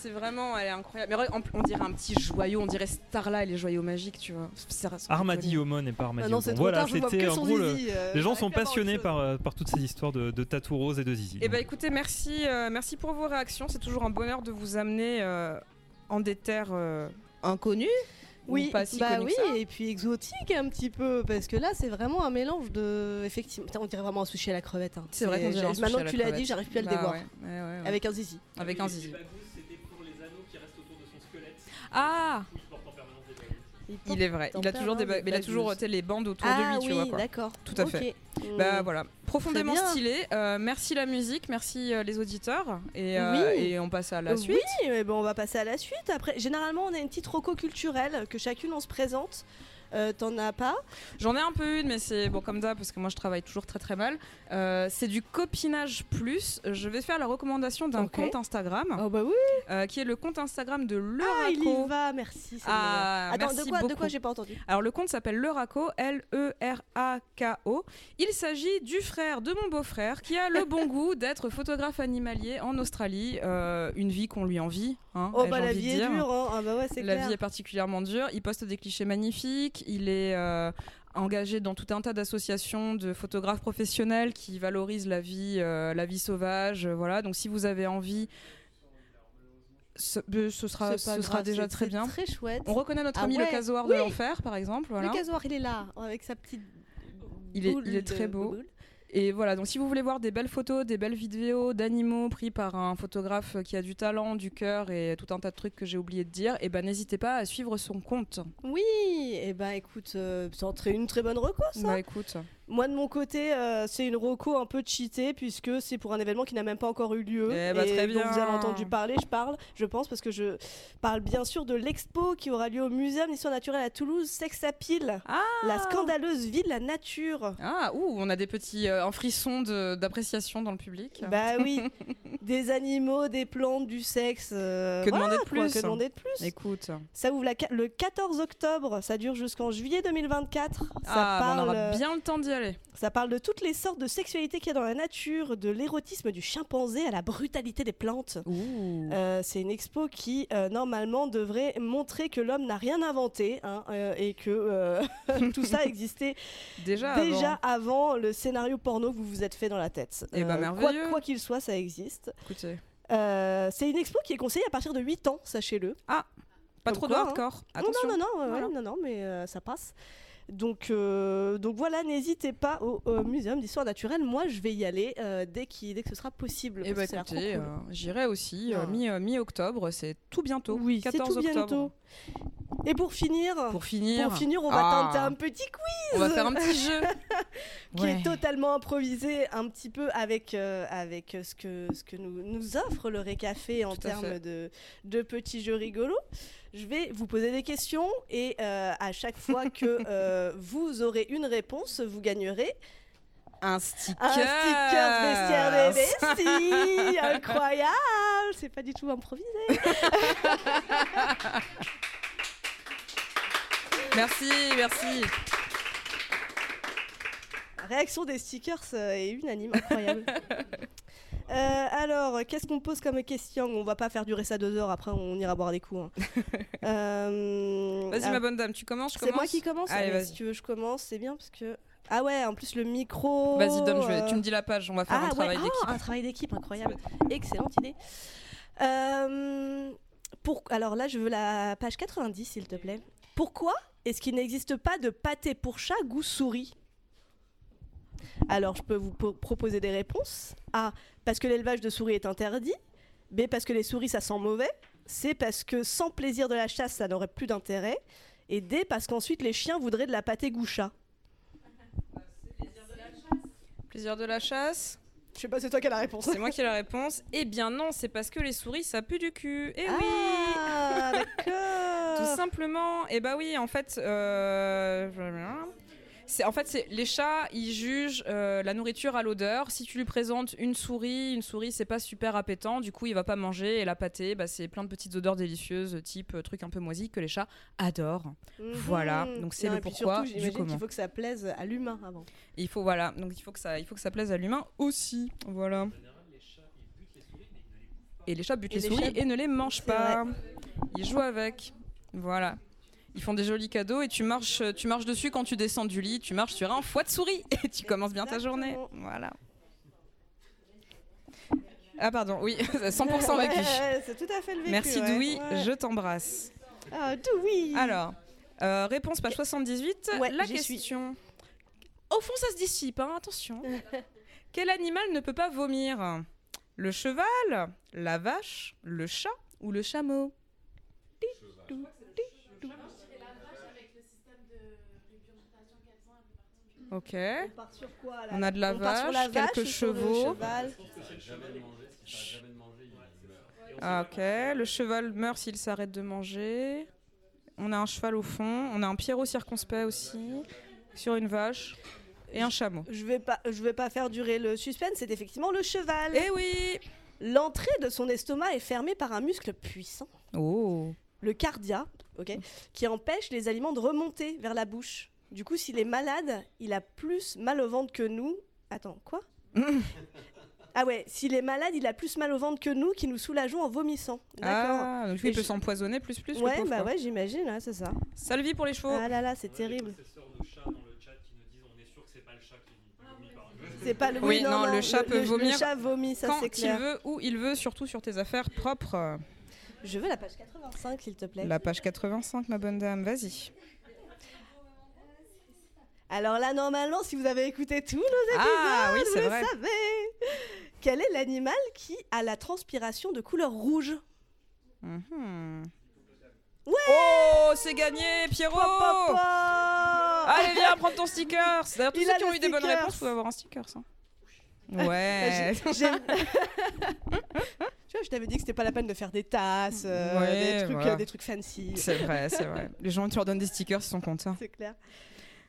B: C'est vraiment, elle est incroyable. Mais regarde, en plus, on dirait un petit joyau, on dirait Starla et les joyaux magiques, tu vois. C'est- c'est-
C: Armadillo Mon et pas Armadillo.
A: non, c'est
C: Bon,
A: trop
C: voilà,
A: tard, je vois
C: c'était
A: que
C: en
A: son
C: gros le-
A: zizi, euh,
C: Les
A: j'arrive
C: gens sont
A: plus à voir autre
C: passionnés
A: chose.
C: par, euh, par toutes ces histoires de, de tatou rose et de zizi.
B: Eh ben écoutez, merci, euh, merci pour vos réactions. C'est toujours un bonheur de vous amener euh, en des terres euh, inconnues. ou
A: Oui,
B: pas si
A: bah
B: connues
A: oui,
B: que ça.
A: et puis exotique un petit peu, parce que là c'est vraiment un mélange de. Effectivement, putain, on dirait vraiment un sushi à la crevette. hein.
B: C'est vrai qu'on dirait un sushi à
A: Maintenant
B: la
A: que tu l'as
B: crevette.
A: dit, j'arrive plus à le
B: Bah
A: dévoir.
B: ouais, ouais, ouais, ouais. Ah,
A: Avec
B: Avec...
A: un zizi.
B: un zizi.
C: c'était pour les anneaux qui restent autour de son squelette.
B: Ah, il est vrai.
A: T'en
B: Il a
A: perds
B: toujours
A: un
B: des, ba-
A: des
B: mais il a toujours
A: bagouses.
B: euh, tu sais, les bandes autour
A: ah
B: de lui, tu
A: oui,
B: vois quoi.
A: d'accord.
B: Tout à fait.
A: Ok. Mm.
B: Bah voilà, profondément
A: bien.
B: stylé. Euh, merci la musique, merci euh, les auditeurs et, euh,
A: Oui.
B: et on passe à la
A: Oui,
B: suite.
A: mais bon, on va passer à la suite. Après, généralement, on a une petite roco culturelle que chacune on se présente. Euh, T'en as pas
B: J'en ai un peu une, mais c'est bon comme ça parce que moi je travaille toujours très très mal. Euh, c'est du copinage plus. Je vais faire la recommandation d'un
A: Ok.
B: compte Instagram
A: Oh bah oui.
B: euh, qui est le compte Instagram de Le
A: Ah, il
B: Raco.
A: y va, merci. c'est
B: Ah,
A: le meilleur. Attends,
B: merci
A: de quoi, de
B: beaucoup. Bah,
A: quoi j'ai pas entendu
B: Alors le compte s'appelle Le E Raco, L-E-R-A-K-O. Il s'agit du frère de mon beau-frère qui a le bon goût d'être photographe animalier en Australie. Euh, une vie qu'on lui envie. hein,
A: Oh
B: ai-je
A: bah la
B: envie de
A: vie est
B: dire.
A: dure, hein. Ah bah ouais, c'est
B: La
A: clair.
B: vie est particulièrement dure. Il poste des clichés magnifiques. Il est euh, engagé dans tout un tas d'associations de photographes professionnels qui valorisent la vie, euh, la vie sauvage. euh, Voilà. Donc si vous avez envie. ce, euh, ce sera,
A: C'est pas
B: ce sera
A: grave,
B: déjà
A: c'est-
B: très
A: c'est
B: bien.
A: Très chouette.
B: On reconnaît notre
A: Ah
B: ami le
A: ouais,
B: casoir de
A: oui.
B: l'enfer, par exemple. Voilà.
A: Le casoir, il est là, avec sa petite.
B: Il est-
A: boule
B: il est
A: de-
B: très
A: de
B: beau.
A: boule.
B: Et voilà, donc si vous voulez voir des belles photos, des belles vidéos d'animaux pris par un photographe qui a du talent, du cœur et tout un tas de trucs que j'ai oublié de dire, et ben n'hésitez pas à suivre son compte.
A: Oui, et ben écoute, euh, c'est un très- une très bonne reco, ça.
B: Bah écoute,
A: Moi, de mon côté, euh, c'est une reco un peu cheatée, puisque c'est pour un événement qui n'a même pas encore eu lieu.
B: Eh bah, très
A: dont
B: bien.
A: vous avez entendu parler, je parle, je pense, parce que je parle bien sûr de l'expo qui aura lieu au Muséum d'histoire naturelle à Toulouse, Sexapile.
B: Ah
A: La scandaleuse vie de la nature.
B: ah ouh, on a des petits euh, un frisson de- d'appréciation dans le public.
A: Bah oui, des animaux, des plantes, du sexe. euh,
B: Que
A: voilà,
B: demander de
A: quoi,
B: plus hein.
A: Que demander de plus
B: Écoute,
A: Ça ouvre la ca- le 14 octobre, ça dure jusqu'en juillet 2024. Ça
B: ah, bah,
A: parle,
B: on aura
A: euh,
B: bien le temps d'y aller.
A: Ça parle de toutes les sortes de sexualité qu'il y a dans la nature, de l'érotisme du chimpanzé à la brutalité des plantes.
B: Ouh.
A: Euh, c'est une expo qui, euh, normalement, devrait montrer que l'homme n'a rien inventé hein, euh, et que euh, tout ça existait
B: déjà
A: déjà
B: avant.
A: avant le scénario porno que vous vous êtes fait dans la tête. Euh,
B: Eh ben,
A: quoi-
B: merveilleux.
A: Quoi qu'il soit, ça existe.
B: Écoutez,
A: Euh, c'est une expo qui est conseillée à partir de 8 ans, sachez-le.
B: pas
A: Comme
B: trop de
A: quoi, hein.
B: hardcore.
A: Non,
B: Attention.
A: Non, non, non, ouais,
B: Voilà.
A: non, non, mais euh, ça passe. Donc, euh, donc voilà, n'hésitez pas au, au Muséum d'histoire naturelle. Moi, je vais y aller euh, dès, qu'il- dès que ce sera possible.
B: Et
A: parce
B: bah
A: que ça a l'air trop
B: écoutez,
A: cool.
B: euh, j'irai aussi euh,
A: Ah.
B: mi euh, mi-octobre, c'est tout bientôt.
A: oui, c'est
B: 14
A: tout
B: octobre.
A: bientôt. Et pour finir, pour
B: Pour finir,
A: finir, on va
B: Ah.
A: tenter un petit quiz
B: on va faire un petit jeu
A: qui
B: Ouais.
A: est totalement improvisé, un petit peu avec, euh, avec ce que, ce que nous, nous offre le Récafé en
B: Tout à fait.
A: termes de, de petits jeux rigolos. Je vais vous poser des questions et euh, à chaque fois que euh, vous aurez une réponse, vous gagnerez
B: Un sticker.
A: Un sticker vestiaire des vesties Incroyable C'est pas du tout improvisé.
B: Merci, merci.
A: Réaction des stickers euh, est unanime, incroyable. Euh, alors, qu'est-ce qu'on pose comme question On va pas faire durer ça deux heures, après on ira boire des coups. hein. Euh,
B: Vas-y
A: ah,
B: ma bonne dame, tu commences, je
A: C'est
B: commence.
A: moi qui commence
B: Allez,
A: Allez,
B: vas-y.
A: Si tu veux, je commence, c'est bien parce que. Ah ouais, en plus le micro.
B: Vas-y Dom, je vais-
A: euh,
B: tu me dis la page, on va faire
A: Ah
B: un
A: ouais,
B: travail
A: ah,
B: d'équipe.
A: un travail d'équipe, incroyable. Excellente idée. Euh, pour, alors là, je veux la page 90, s'il te plaît. Pourquoi est-ce qu'il n'existe pas de pâté pour chat goût souris Alors, je peux vous po- proposer des réponses. A. Parce que l'élevage de souris est interdit. B. Parce que les souris, ça sent mauvais. C. Parce que sans plaisir de la chasse, ça n'aurait plus d'intérêt. Et D. Parce qu'ensuite, les chiens voudraient de la pâté goût chat.
B: Plaisir de la chasse.
A: Je sais pas, c'est toi qui as la réponse.
B: C'est moi qui ai la réponse. Eh bien non, c'est parce que les souris ça pue du cul. Eh oui.
A: Ah,
B: Tout
A: d'accord.
B: simplement, et bah oui, en fait, euh, c'est en fait c'est les chats, ils jugent euh, la nourriture à l'odeur. Si tu lui présentes une souris, une souris c'est pas super appétant, du coup il va pas manger. Et la pâtée, bah, c'est plein de petites odeurs délicieuses, type euh, truc un peu moisi que les chats adorent. Voilà,
A: Mhm.
B: donc c'est
A: Non,
B: le
A: et puis
B: pourquoi
A: surtout,
B: du
A: J'imagine
B: comment.
A: qu'il faut que ça plaise à l'humain avant.
B: Et il faut voilà, donc il faut que ça, il faut que ça plaise à l'humain aussi, voilà. Et les chats butent
A: Et
B: les
A: les
B: souris
A: chats-
B: et ne les mangent
A: C'est
B: pas. Ils jouent avec, voilà. Ils font des jolis cadeaux et tu marches, tu marches dessus quand tu descends du lit, tu marches sur un foie de souris et tu commences bien ta journée,
A: Exactement.
B: voilà. Ah pardon, oui, 100%
A: Ouais,
B: vécu.
A: ouais, c'est tout à fait le vécu.
B: Merci
A: ouais.
B: Douy,
A: Ouais.
B: je t'embrasse.
A: Ah, Douy
B: Alors, euh, réponse page 78.
A: Ouais,
B: la
A: j'y suis.
B: question. Au fond, ça se dissipe, hein, attention. Quel animal ne peut pas vomir Le cheval, la vache, le chat ou le chameau Ok.
A: On part sur quoi là
B: On a de la
A: On part sur la
B: vache, quelques
A: vache ou sur le
B: chevaux.
A: cheval
B: Ah, ok, le cheval meurt s'il s'arrête de manger. On a un cheval au fond, on a un pierrot circonspect aussi, sur une vache et un chameau.
A: Je vais pas, je vais pas faire durer le suspense. C'est effectivement le cheval.
B: Eh oui
A: L'entrée de son estomac est fermée par un muscle puissant,
B: Oh
A: le cardia, ok, qui empêche les aliments de remonter vers la bouche. Du coup, s'il est malade, il a plus mal au ventre que nous. Attends, quoi Ah ouais, s'il est malade, il a plus mal au ventre que nous, qui nous soulageons en vomissant. D'accord.
B: Ah, donc lui, il
A: Et
B: peut
A: je-
B: s'empoisonner plus plus. le
A: Ouais,
B: pauvre,
A: bah
B: quoi. Oh.
A: ouais, j'imagine, ouais, c'est ça.
B: Sale vie pour les chevaux.
A: Ah là là, c'est
C: On a
A: terrible.
C: Des possesseurs de chats dans le chat qui nous disent on est sûr que c'est pas le chat qui vomit par exemple.
A: C'est pas le
B: Oui, non, le chat peut
A: le
B: vomir
A: chat vomit, ça
B: Quand
A: c'est
B: il
A: clair.
B: veut, où il veut, surtout sur tes affaires propres.
A: Je veux la page 85, s'il te plaît.
B: La page 85, ma bonne dame, vas-y.
A: Alors là, normalement, si vous avez écouté tous nos épisodes,
B: Ah oui, c'est
A: vous
B: vrai.
A: le savez. Quel est l'animal qui a la transpiration de couleur rouge
B: Mhm.
A: Ouais
B: Oh, c'est gagné, Pierrot
A: Papa
B: Allez, viens, prendre ton sticker D'ailleurs, tous
A: Il
B: ceux
A: a
B: qui ont
A: le
B: eu des bonnes
A: sticker.
B: réponses peuvent avoir un sticker, ça.
A: Ah,
B: Ouais.
A: J'ai- j'ai- Tu vois, je t'avais dit que c'était pas la peine de faire des tasses, euh,
B: Ouais,
A: des, trucs,
B: voilà.
A: euh, des trucs fancy.
B: C'est vrai, c'est vrai. Les gens, tu leur donnes des stickers, ils sont contents.
A: C'est clair.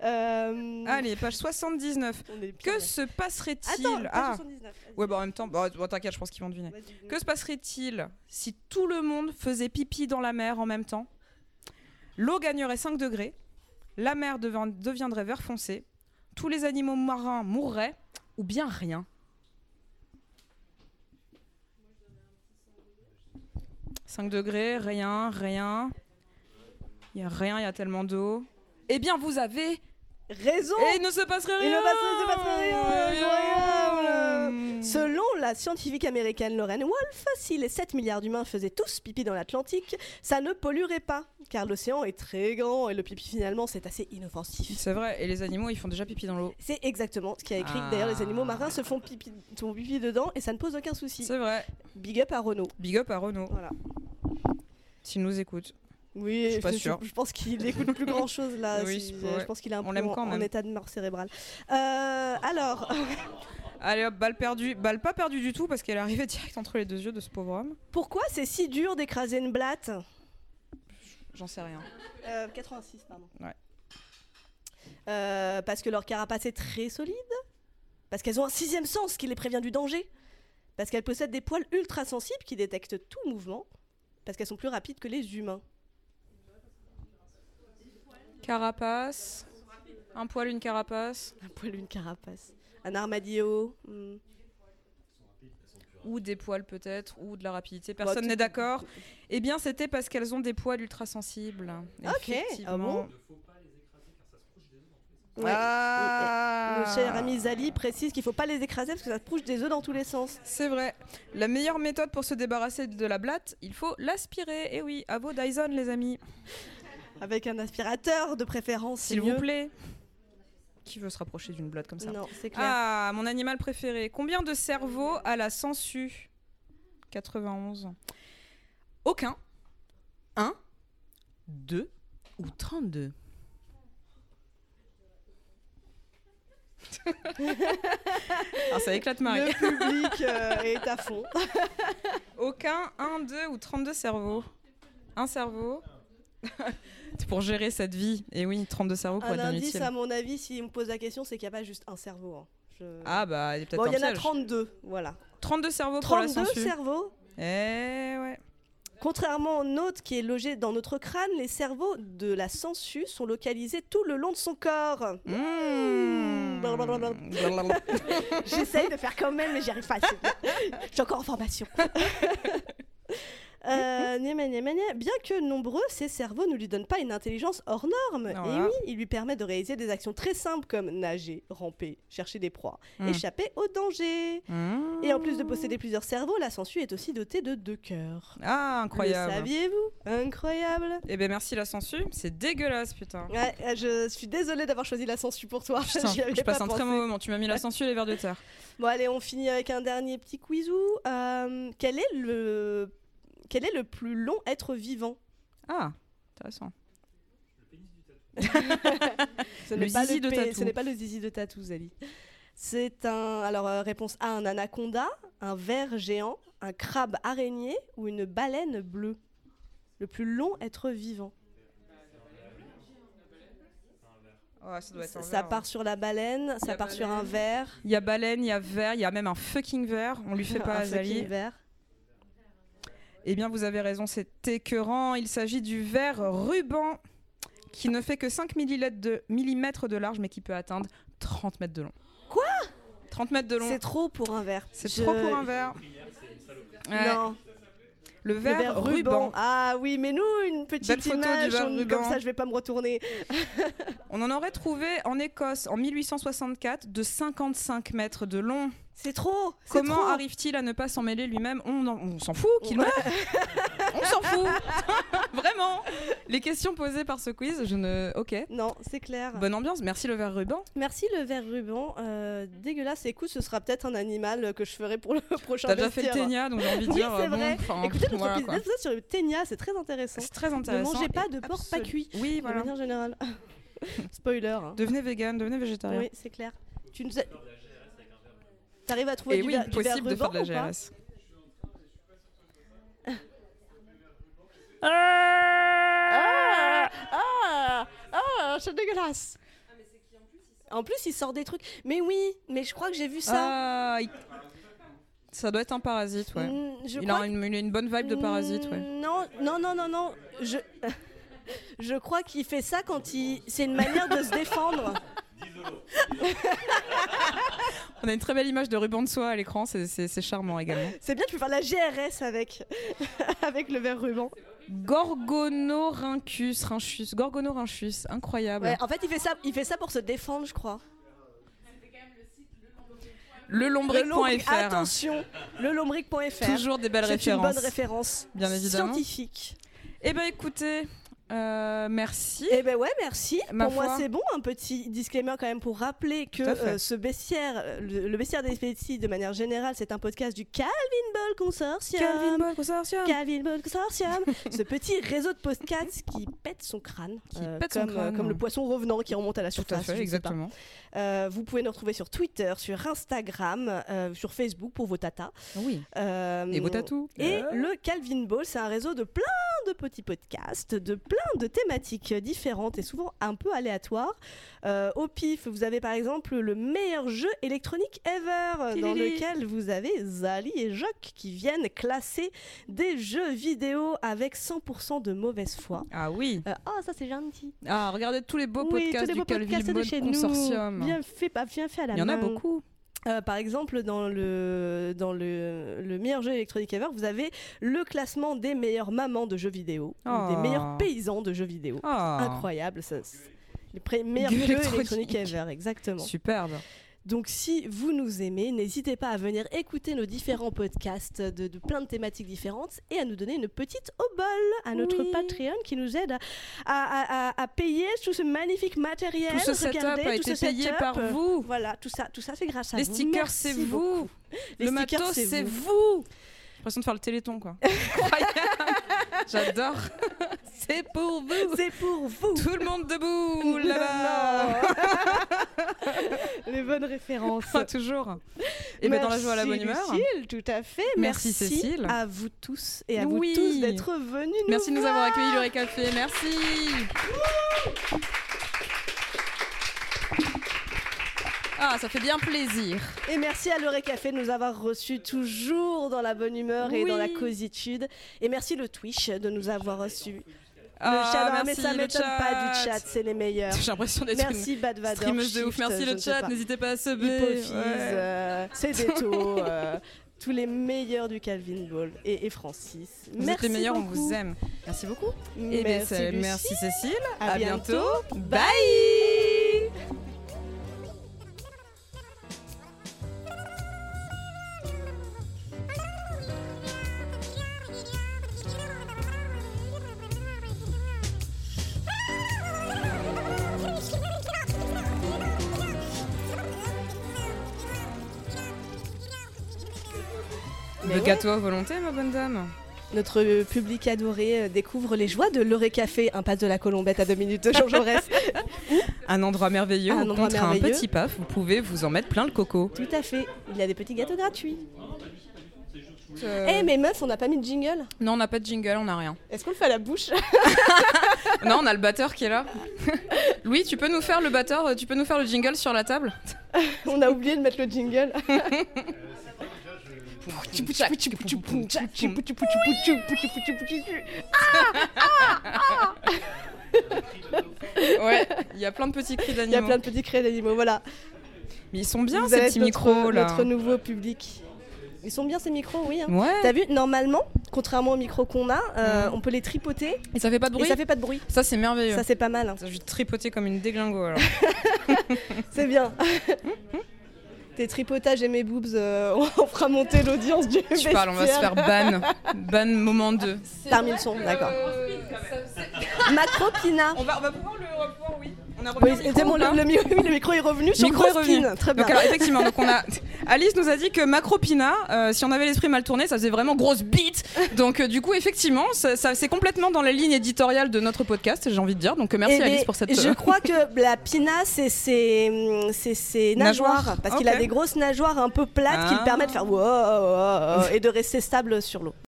A: Euh,
B: Allez, page 79.
A: on est
B: Que
A: bien.
B: se passerait-il
A: Attends, page
B: Ah,
A: 79, vas-y.
B: ouais, bah en même temps, bah, bon, t'inquiète, je pense qu'ils vont deviner.
A: Vas-y.
B: Que se passerait-il si tout le monde faisait pipi dans la mer en même temps L'eau gagnerait 5 degrés, la mer devin- deviendrait vert foncé, tous les animaux marins mourraient, ou bien rien. « 5 degrés, rien, rien. Il y a rien, il y a tellement d'eau. Eh bien, vous avez.
A: Raison
B: Et il ne se passerait rien
A: Il ne passe- ne passerait rien,
B: Rien.
A: Selon la scientifique américaine Lorraine Wolfe, si les 7 milliards d'humains faisaient tous pipi dans l'Atlantique, ça ne polluerait pas, car l'océan est très grand et le pipi finalement c'est assez inoffensif.
B: C'est vrai, et les animaux, ils font déjà pipi dans l'eau.
A: C'est exactement ce qui a écrit. que D'ailleurs, les animaux marins se font pipi, font pipi dedans et ça ne pose aucun souci.
B: Ah. C'est vrai.
A: Big up à Renault.
B: Big up à Renault,
A: Voilà.
B: s'il nous écoute.
A: Oui,
B: Je suis pas
A: je,
B: sûre.
A: je pense qu'il n'écoute plus grand chose là.
B: Oui,
A: si- euh,
B: c'est
A: je
B: vrai.
A: pense qu'il est un
B: On
A: peu
B: l'aime
A: en,
B: quand
A: en
B: même.
A: état de mort cérébrale. Euh, alors,
B: Allez hop, balle perdue. Balle pas perdue du tout parce qu'elle est arrivée direct entre les deux yeux de ce pauvre homme.
A: pourquoi c'est si dur d'écraser une blatte
B: J'en sais rien.
A: Euh, 86, pardon.
B: Ouais.
A: Euh, parce que leur carapace est très solide Parce qu'elles ont un sixième sens qui les prévient du danger Parce qu'elles possèdent des poils ultra sensibles qui détectent tout mouvement Parce qu'elles sont plus rapides que les humains
B: Carapace. Un poil, une carapace.
A: Un poil, une carapace. Un armadillo hmm.
B: Ou des poils peut-être, ou de la rapidité. Personne
A: tout-
B: n'est d'accord. Eh bien, c'était parce qu'elles ont des poils ultra sensibles.
A: Ok,
B: Effectivement.
A: ah bon Ouais.
B: Ah.
A: Le cher ami Zali précise qu'il faut pas les écraser parce que ça se couche des œufs dans tous les sens.
B: C'est vrai. La meilleure méthode pour se débarrasser de la blatte, il faut l'aspirer. Eh oui, à vos Dyson, les amis.
A: Avec un aspirateur de préférence. c'est
B: S'il vous
A: mieux.
B: plaît. Qui veut se rapprocher d'une blatte comme ça
A: Non, c'est clair.
B: Ah, mon animal préféré. Combien de cerveaux a la sangsue 91. Aucun. 1, 2 ou 32 Alors Ah, ça éclate Marie.
A: Le public euh, est à fond.
B: Aucun, 1, 2 ou 32 cerveaux. Un cerveau. C'est pour gérer cette vie. Et oui, 32 cerveaux pour
A: Un
B: être bien
A: indice,
B: utile.
A: à mon avis, s'il me pose la question, c'est qu'il n'y a pas juste un cerveau. hein. Je-
B: Ah bah, il y a peut-être
A: bon,
B: un
A: il y en a
B: piège.
A: 32, voilà.
B: 32 cerveaux pour la
A: 32
B: sangsue.
A: cerveaux.
B: Eh ouais.
A: Contrairement au nôtre qui est logé dans notre crâne, les cerveaux de la sangsue sont localisés tout le long de son corps.
B: Mmh.
A: Blablabla.
B: Blablabla.
A: J'essaye de faire quand même, mais j'y arrive pas. c'est- J'ai encore en formation. Euh, gna, gna, gna, gna. Bien que nombreux, ces cerveaux ne lui donnent pas une intelligence hors norme.
B: Ah.
A: Et oui, il lui permet de réaliser des actions très simples comme nager, ramper, chercher des proies,
B: Mm.
A: échapper au danger.
B: Mmh.
A: Et en plus de posséder plusieurs cerveaux, la sangsue est aussi dotée de deux cœurs.
B: Ah,
A: Le
B: incroyable.
A: saviez-vous Incroyable.
B: Eh ben merci la censure, c'est dégueulasse putain.
A: Ouais, euh, je suis désolée d'avoir choisi la sangsue pour toi.
B: Putain,
A: J'y avais
B: je passe
A: pas
B: un
A: pensé.
B: très mauvais moment. Tu m'as mis la censure et les vers de terre.
A: Bon, allez, on finit avec un dernier petit quizou. Euh, quel, est le... quel est le plus long être vivant
B: Ah, intéressant.
A: Ce
B: Le
A: n'est pas
B: zizi de
A: P-
B: tatou.
A: Ce n'est pas le zizi de tatou, Zali. C'est un. Alors, euh, réponse A, un anaconda, un ver géant, un crabe araignée ou une baleine bleue. Le plus long être vivant.
B: Ouais, ça doit être un
A: Ça,
B: verre, ouais.
A: part sur la baleine, ça
B: La
A: part sur un
B: baleine.
A: ver.
B: Il y a baleine, il y a verre, il y a même un fucking verre. On lui fait pas
A: un fucking
B: Azali.
A: ver.
B: Eh bien vous avez raison, c'est écœurant. Il s'agit du verre ruban qui ne fait que 5 millilitres de, millimètres de large mais qui peut atteindre 30 mètres de long.
A: Quoi
B: 30 mètres de long.
A: C'est trop pour un ver.
B: C'est
A: Je-
B: trop pour un verre. Ouais.
A: Non.
B: Le
A: Le
B: verre,
A: verre
B: ruban.
A: Ah oui, mais nous, une
B: Belle
A: petite
B: photo du
A: image,
B: verre
A: on-
B: ruban.
A: comme ça je vais pas me retourner.
B: On en aurait trouvé en Écosse en 1864 de 55 mètres de long.
A: C'est trop c'est
B: Comment
A: trop.
B: arrive-t-il à ne pas s'en mêler lui-même On, en- on s'en fout qu'il meure On s'en fout Vraiment Les questions posées par ce quiz, je ne. Ok.
A: Non, c'est clair.
B: Bonne ambiance, merci le verre ruban.
A: Merci le verre ruban. Euh, dégueulasse, écoute, ce sera peut-être un animal que je ferai pour le prochain
B: T'as déjà fait le
A: bestiaire.
B: ténia, donc j'ai envie de
A: Oui,
B: dire.
A: c'est
B: euh, bon,
A: vrai.
B: enfin,
A: Écoutez notre
B: voilà,
A: épisode
B: quoi.
A: épisode sur le ténia, c'est très intéressant.
B: C'est très
A: Ne
B: intéressant.
A: mangez pas
B: et
A: de porc
B: absolu-
A: pas cuit,
B: Oui,
A: de
B: voilà.
A: manière générale. Spoiler. hein.
B: Devenez vegan, devenez végétarien.
A: Oui, c'est clair. Tu nous as- T'arrives à trouver
B: Et
A: du,
B: oui,
A: verre- du verre
B: possible de faire
A: ruban
B: de
A: ou
B: la
A: pas
B: GRS.
A: Ah, ah, ah, c'est dégueulasse. En plus, il sort des trucs. Mais oui, mais je crois que j'ai vu ça.
B: Ah, il- ça doit être un parasite, Ah, ouais.
A: Mm, je
B: Il
A: crois
B: a, une, il a une bonne vibe de parasite, ouais.
A: Mm, Non, non, non, non, non. Je, je crois qu'il fait ça quand il. C'est une manière de se défendre.
B: On a une très belle image de ruban de soie à l'écran, c'est- c'est c'est charmant également.
A: C'est bien, tu peux faire la GRS avec, avec le verre ruban.
B: Gorgonorhynchus, Rhinchus, Gorgonorhynchus, incroyable.
A: Ouais, en fait, il fait ça, il fait ça pour se défendre, je crois.
B: Le
A: lombric-
B: lombric.fr.
A: Attention, le lombric.fr.
B: Toujours des belles
A: C'est une
B: références.
A: bonne référence.
B: Bien évidemment.
A: Scientifique.
B: Eh ben écoutez, euh, merci.
A: Eh ben ouais, merci.
B: Ma
A: pour
B: foi.
A: moi, c'est bon. Un petit disclaimer quand même pour rappeler que
B: Tout à fait.
A: euh, ce bestiaire, euh, le, le bestiaire des bêtises, de manière générale, c'est un podcast du Calvin Ball Consortium.
B: Calvin Ball Consortium.
A: Calvin Ball Consortium, ce petit réseau de podcasts qui pète son crâne,
B: pète son
A: Euh, comme,
B: crâne.
A: comme le poisson revenant qui remonte à la
B: Tout à
A: surface. je
B: fait,
A: sais pas.
B: exactement.
A: Euh, vous pouvez nous retrouver sur Twitter, sur Instagram, euh, sur Facebook pour vos tatas.
B: Oui.
A: Euh,
B: Et vos tatous.
A: et
B: Euh.
A: le Calvin Ball, c'est un réseau de plein de petits podcasts, de plein de thématiques différentes et souvent un peu aléatoires. Euh, au pif, vous avez par exemple le meilleur jeu électronique ever, dans
B: Tilili.
A: lequel vous avez Zali et Jacques qui viennent classer des jeux vidéo avec 100% de mauvaise foi.
B: Ah oui.
A: Euh, Ah, ça c'est gentil.
B: Ah, regardez tous les beaux
A: oui, tous
B: podcasts
A: les
B: du
A: beaux
B: Calvin
A: podcasts de
B: Ball
A: chez
B: Consortium.
A: nous. Bien fait, pas bien fait à la
B: Il y en a
A: main.
B: beaucoup.
A: Euh, par exemple, dans le, dans le, le meilleur jeu électronique ever, vous avez le classement des meilleures mamans de jeux vidéo, ou des
B: Oh.
A: meilleurs paysans de jeux vidéo.
B: Ah,
A: Incroyable, ça. c'est- Les pré- meilleurs
B: Gueux
A: jeux
B: électronique.
A: électroniques ever, exactement.
B: superbe.
A: Donc, si vous nous aimez, n'hésitez pas à venir écouter nos différents podcasts de, de plein de thématiques différentes et à nous donner une petite obole à notre
B: Oui.
A: Patreon qui nous aide à, à- à- à- à payer tout ce magnifique matériel.
B: Tout ce setup
A: Regardez,
B: a
A: tout
B: été
A: ce
B: payé
A: setup.
B: par vous.
A: Voilà, tout ça, tout ça c'est grâce à
B: Les
A: vous.
B: stickers,
A: Merci
B: c'est vous.
A: Les
B: le
A: stickers,
B: matos, c'est
A: vous.
B: vous. J'ai l'impression de faire le téléthon, quoi. Incroyable. J'adore. c'est pour vous.
A: C'est pour vous.
B: Tout le monde debout, là-bas.
A: Les bonnes références.
B: Ah, toujours. Et bien, Eh ben, dans la joie à la bonne
A: Merci,
B: humeur.
A: Lucille, tout à fait.
B: Merci,
A: Merci,
B: Cécile.
A: à vous tous et à
B: Oui.
A: vous tous d'être venus nous
B: Merci de nous
A: voir.
B: avoir accueillis, le Café. Merci. Ah, ça fait bien plaisir.
A: Et merci à Loré Café de nous avoir reçus toujours dans la bonne humeur et
B: Oui.
A: dans la cositude. Et merci le Twitch de nous avoir reçus.
B: Ah,
A: le chat, non, mais
B: merci,
A: ça
B: le
A: m'étonne pas du
B: chat.
A: chat, c'est les meilleurs.
B: J'ai l'impression d'être
A: Merci Bad
B: une
A: Vador.
B: streameuse de ouf.
A: Shift,
B: Merci
A: je ne
B: le
A: sais
B: chat.
A: pas.
B: N'hésitez pas à se
A: Hypophyse, euh, Cédéto, euh, tous les meilleurs du Calvin Ball et, et Francis.
B: Vous
A: merci
B: êtes les meilleurs, on
A: beaucoup.
B: vous aime. Merci beaucoup. Et
A: merci, Lucie.
B: merci Cécile.
A: À
B: À bientôt.
A: bientôt.
B: Bye.
A: Mais
B: Le
A: ouais.
B: gâteau à volonté, ma bonne dame.
A: Notre public adoré euh, découvre les joie de Loré Café, impasse de la Colombette à deux minutes de Jean Jaurès.
B: Un endroit merveilleux.
A: Un
B: au
A: endroit
B: contraire, un
A: merveilleux.
B: petit paf. Vous pouvez vous en mettre plein le coco.
A: Tout à fait. Il y a des petits gâteaux gratuits.
B: Euh.
A: Eh mais meuf, on n'a pas mis de jingle.
B: Non, on n'a pas de jingle, on n'a rien.
A: Est-ce qu'on le fait à la bouche
B: Non, on a le batteur qui est là. Louis, tu peux nous faire le batteur, euh, tu peux nous faire le jingle sur la table
A: On a oublié de mettre le jingle.
B: Ouais, il y a plein de petits cris
A: Il y a
B: d'animaux.
A: plein de petits créés d'animaux, voilà.
B: Mais ils sont bien
A: Vous
B: ces
A: allez
B: petits
A: être notre-
B: micros là.
A: Notre nouveau public. Ils sont bien ces micros, oui. hein.
B: Ouais.
A: T'as vu, normalement, contrairement aux micros qu'on a, euh,
B: Mm.
A: on peut les tripoter
B: Et ça fait pas de
A: et
B: bruit. Mm.
A: ça fait pas de bruit.
B: Ça, c'est merveilleux.
A: Ça, c'est pas mal. hein.
B: Ça, Je vais tripoter comme une déglingo alors.
A: C'est bien. Tes tripotages et mes boobs, euh, on fera monter l'audience du
B: tu parles, on va se
A: bestiaire.
B: faire ban. ban moment 2.
A: Parmi le son, d'accord. Macropina.
B: On va, on va pouvoir le revoir, oui. On a
A: Oui,
B: remis le
A: c'est bon,
B: micro,
A: le,
B: ou
A: le mi- oui, le micro est revenu sur
B: hein. Micro est
A: Grospin.
B: revenu.
A: Très
B: pas
A: bien.
B: donc alors effectivement, donc on a Alice nous a dit que Macropina, euh, si on avait l'esprit mal tourné, ça faisait vraiment grosse bite. Donc euh, du coup effectivement, ça, ça- c'est complètement dans la ligne éditoriale de notre podcast, j'ai envie de dire. Donc euh, merci
A: Eh
B: Alice
A: ben,
B: pour cette.
A: Je crois que la pina, c'est ses, hum, c'est ses nageoires.
B: Nageoires.
A: Parce qu'il a
B: Ok.
A: des grosses nageoires un peu plates qui
B: Ah.
A: lui permettent de faire wow, wow, wow, wow, et de rester stable sur l'eau.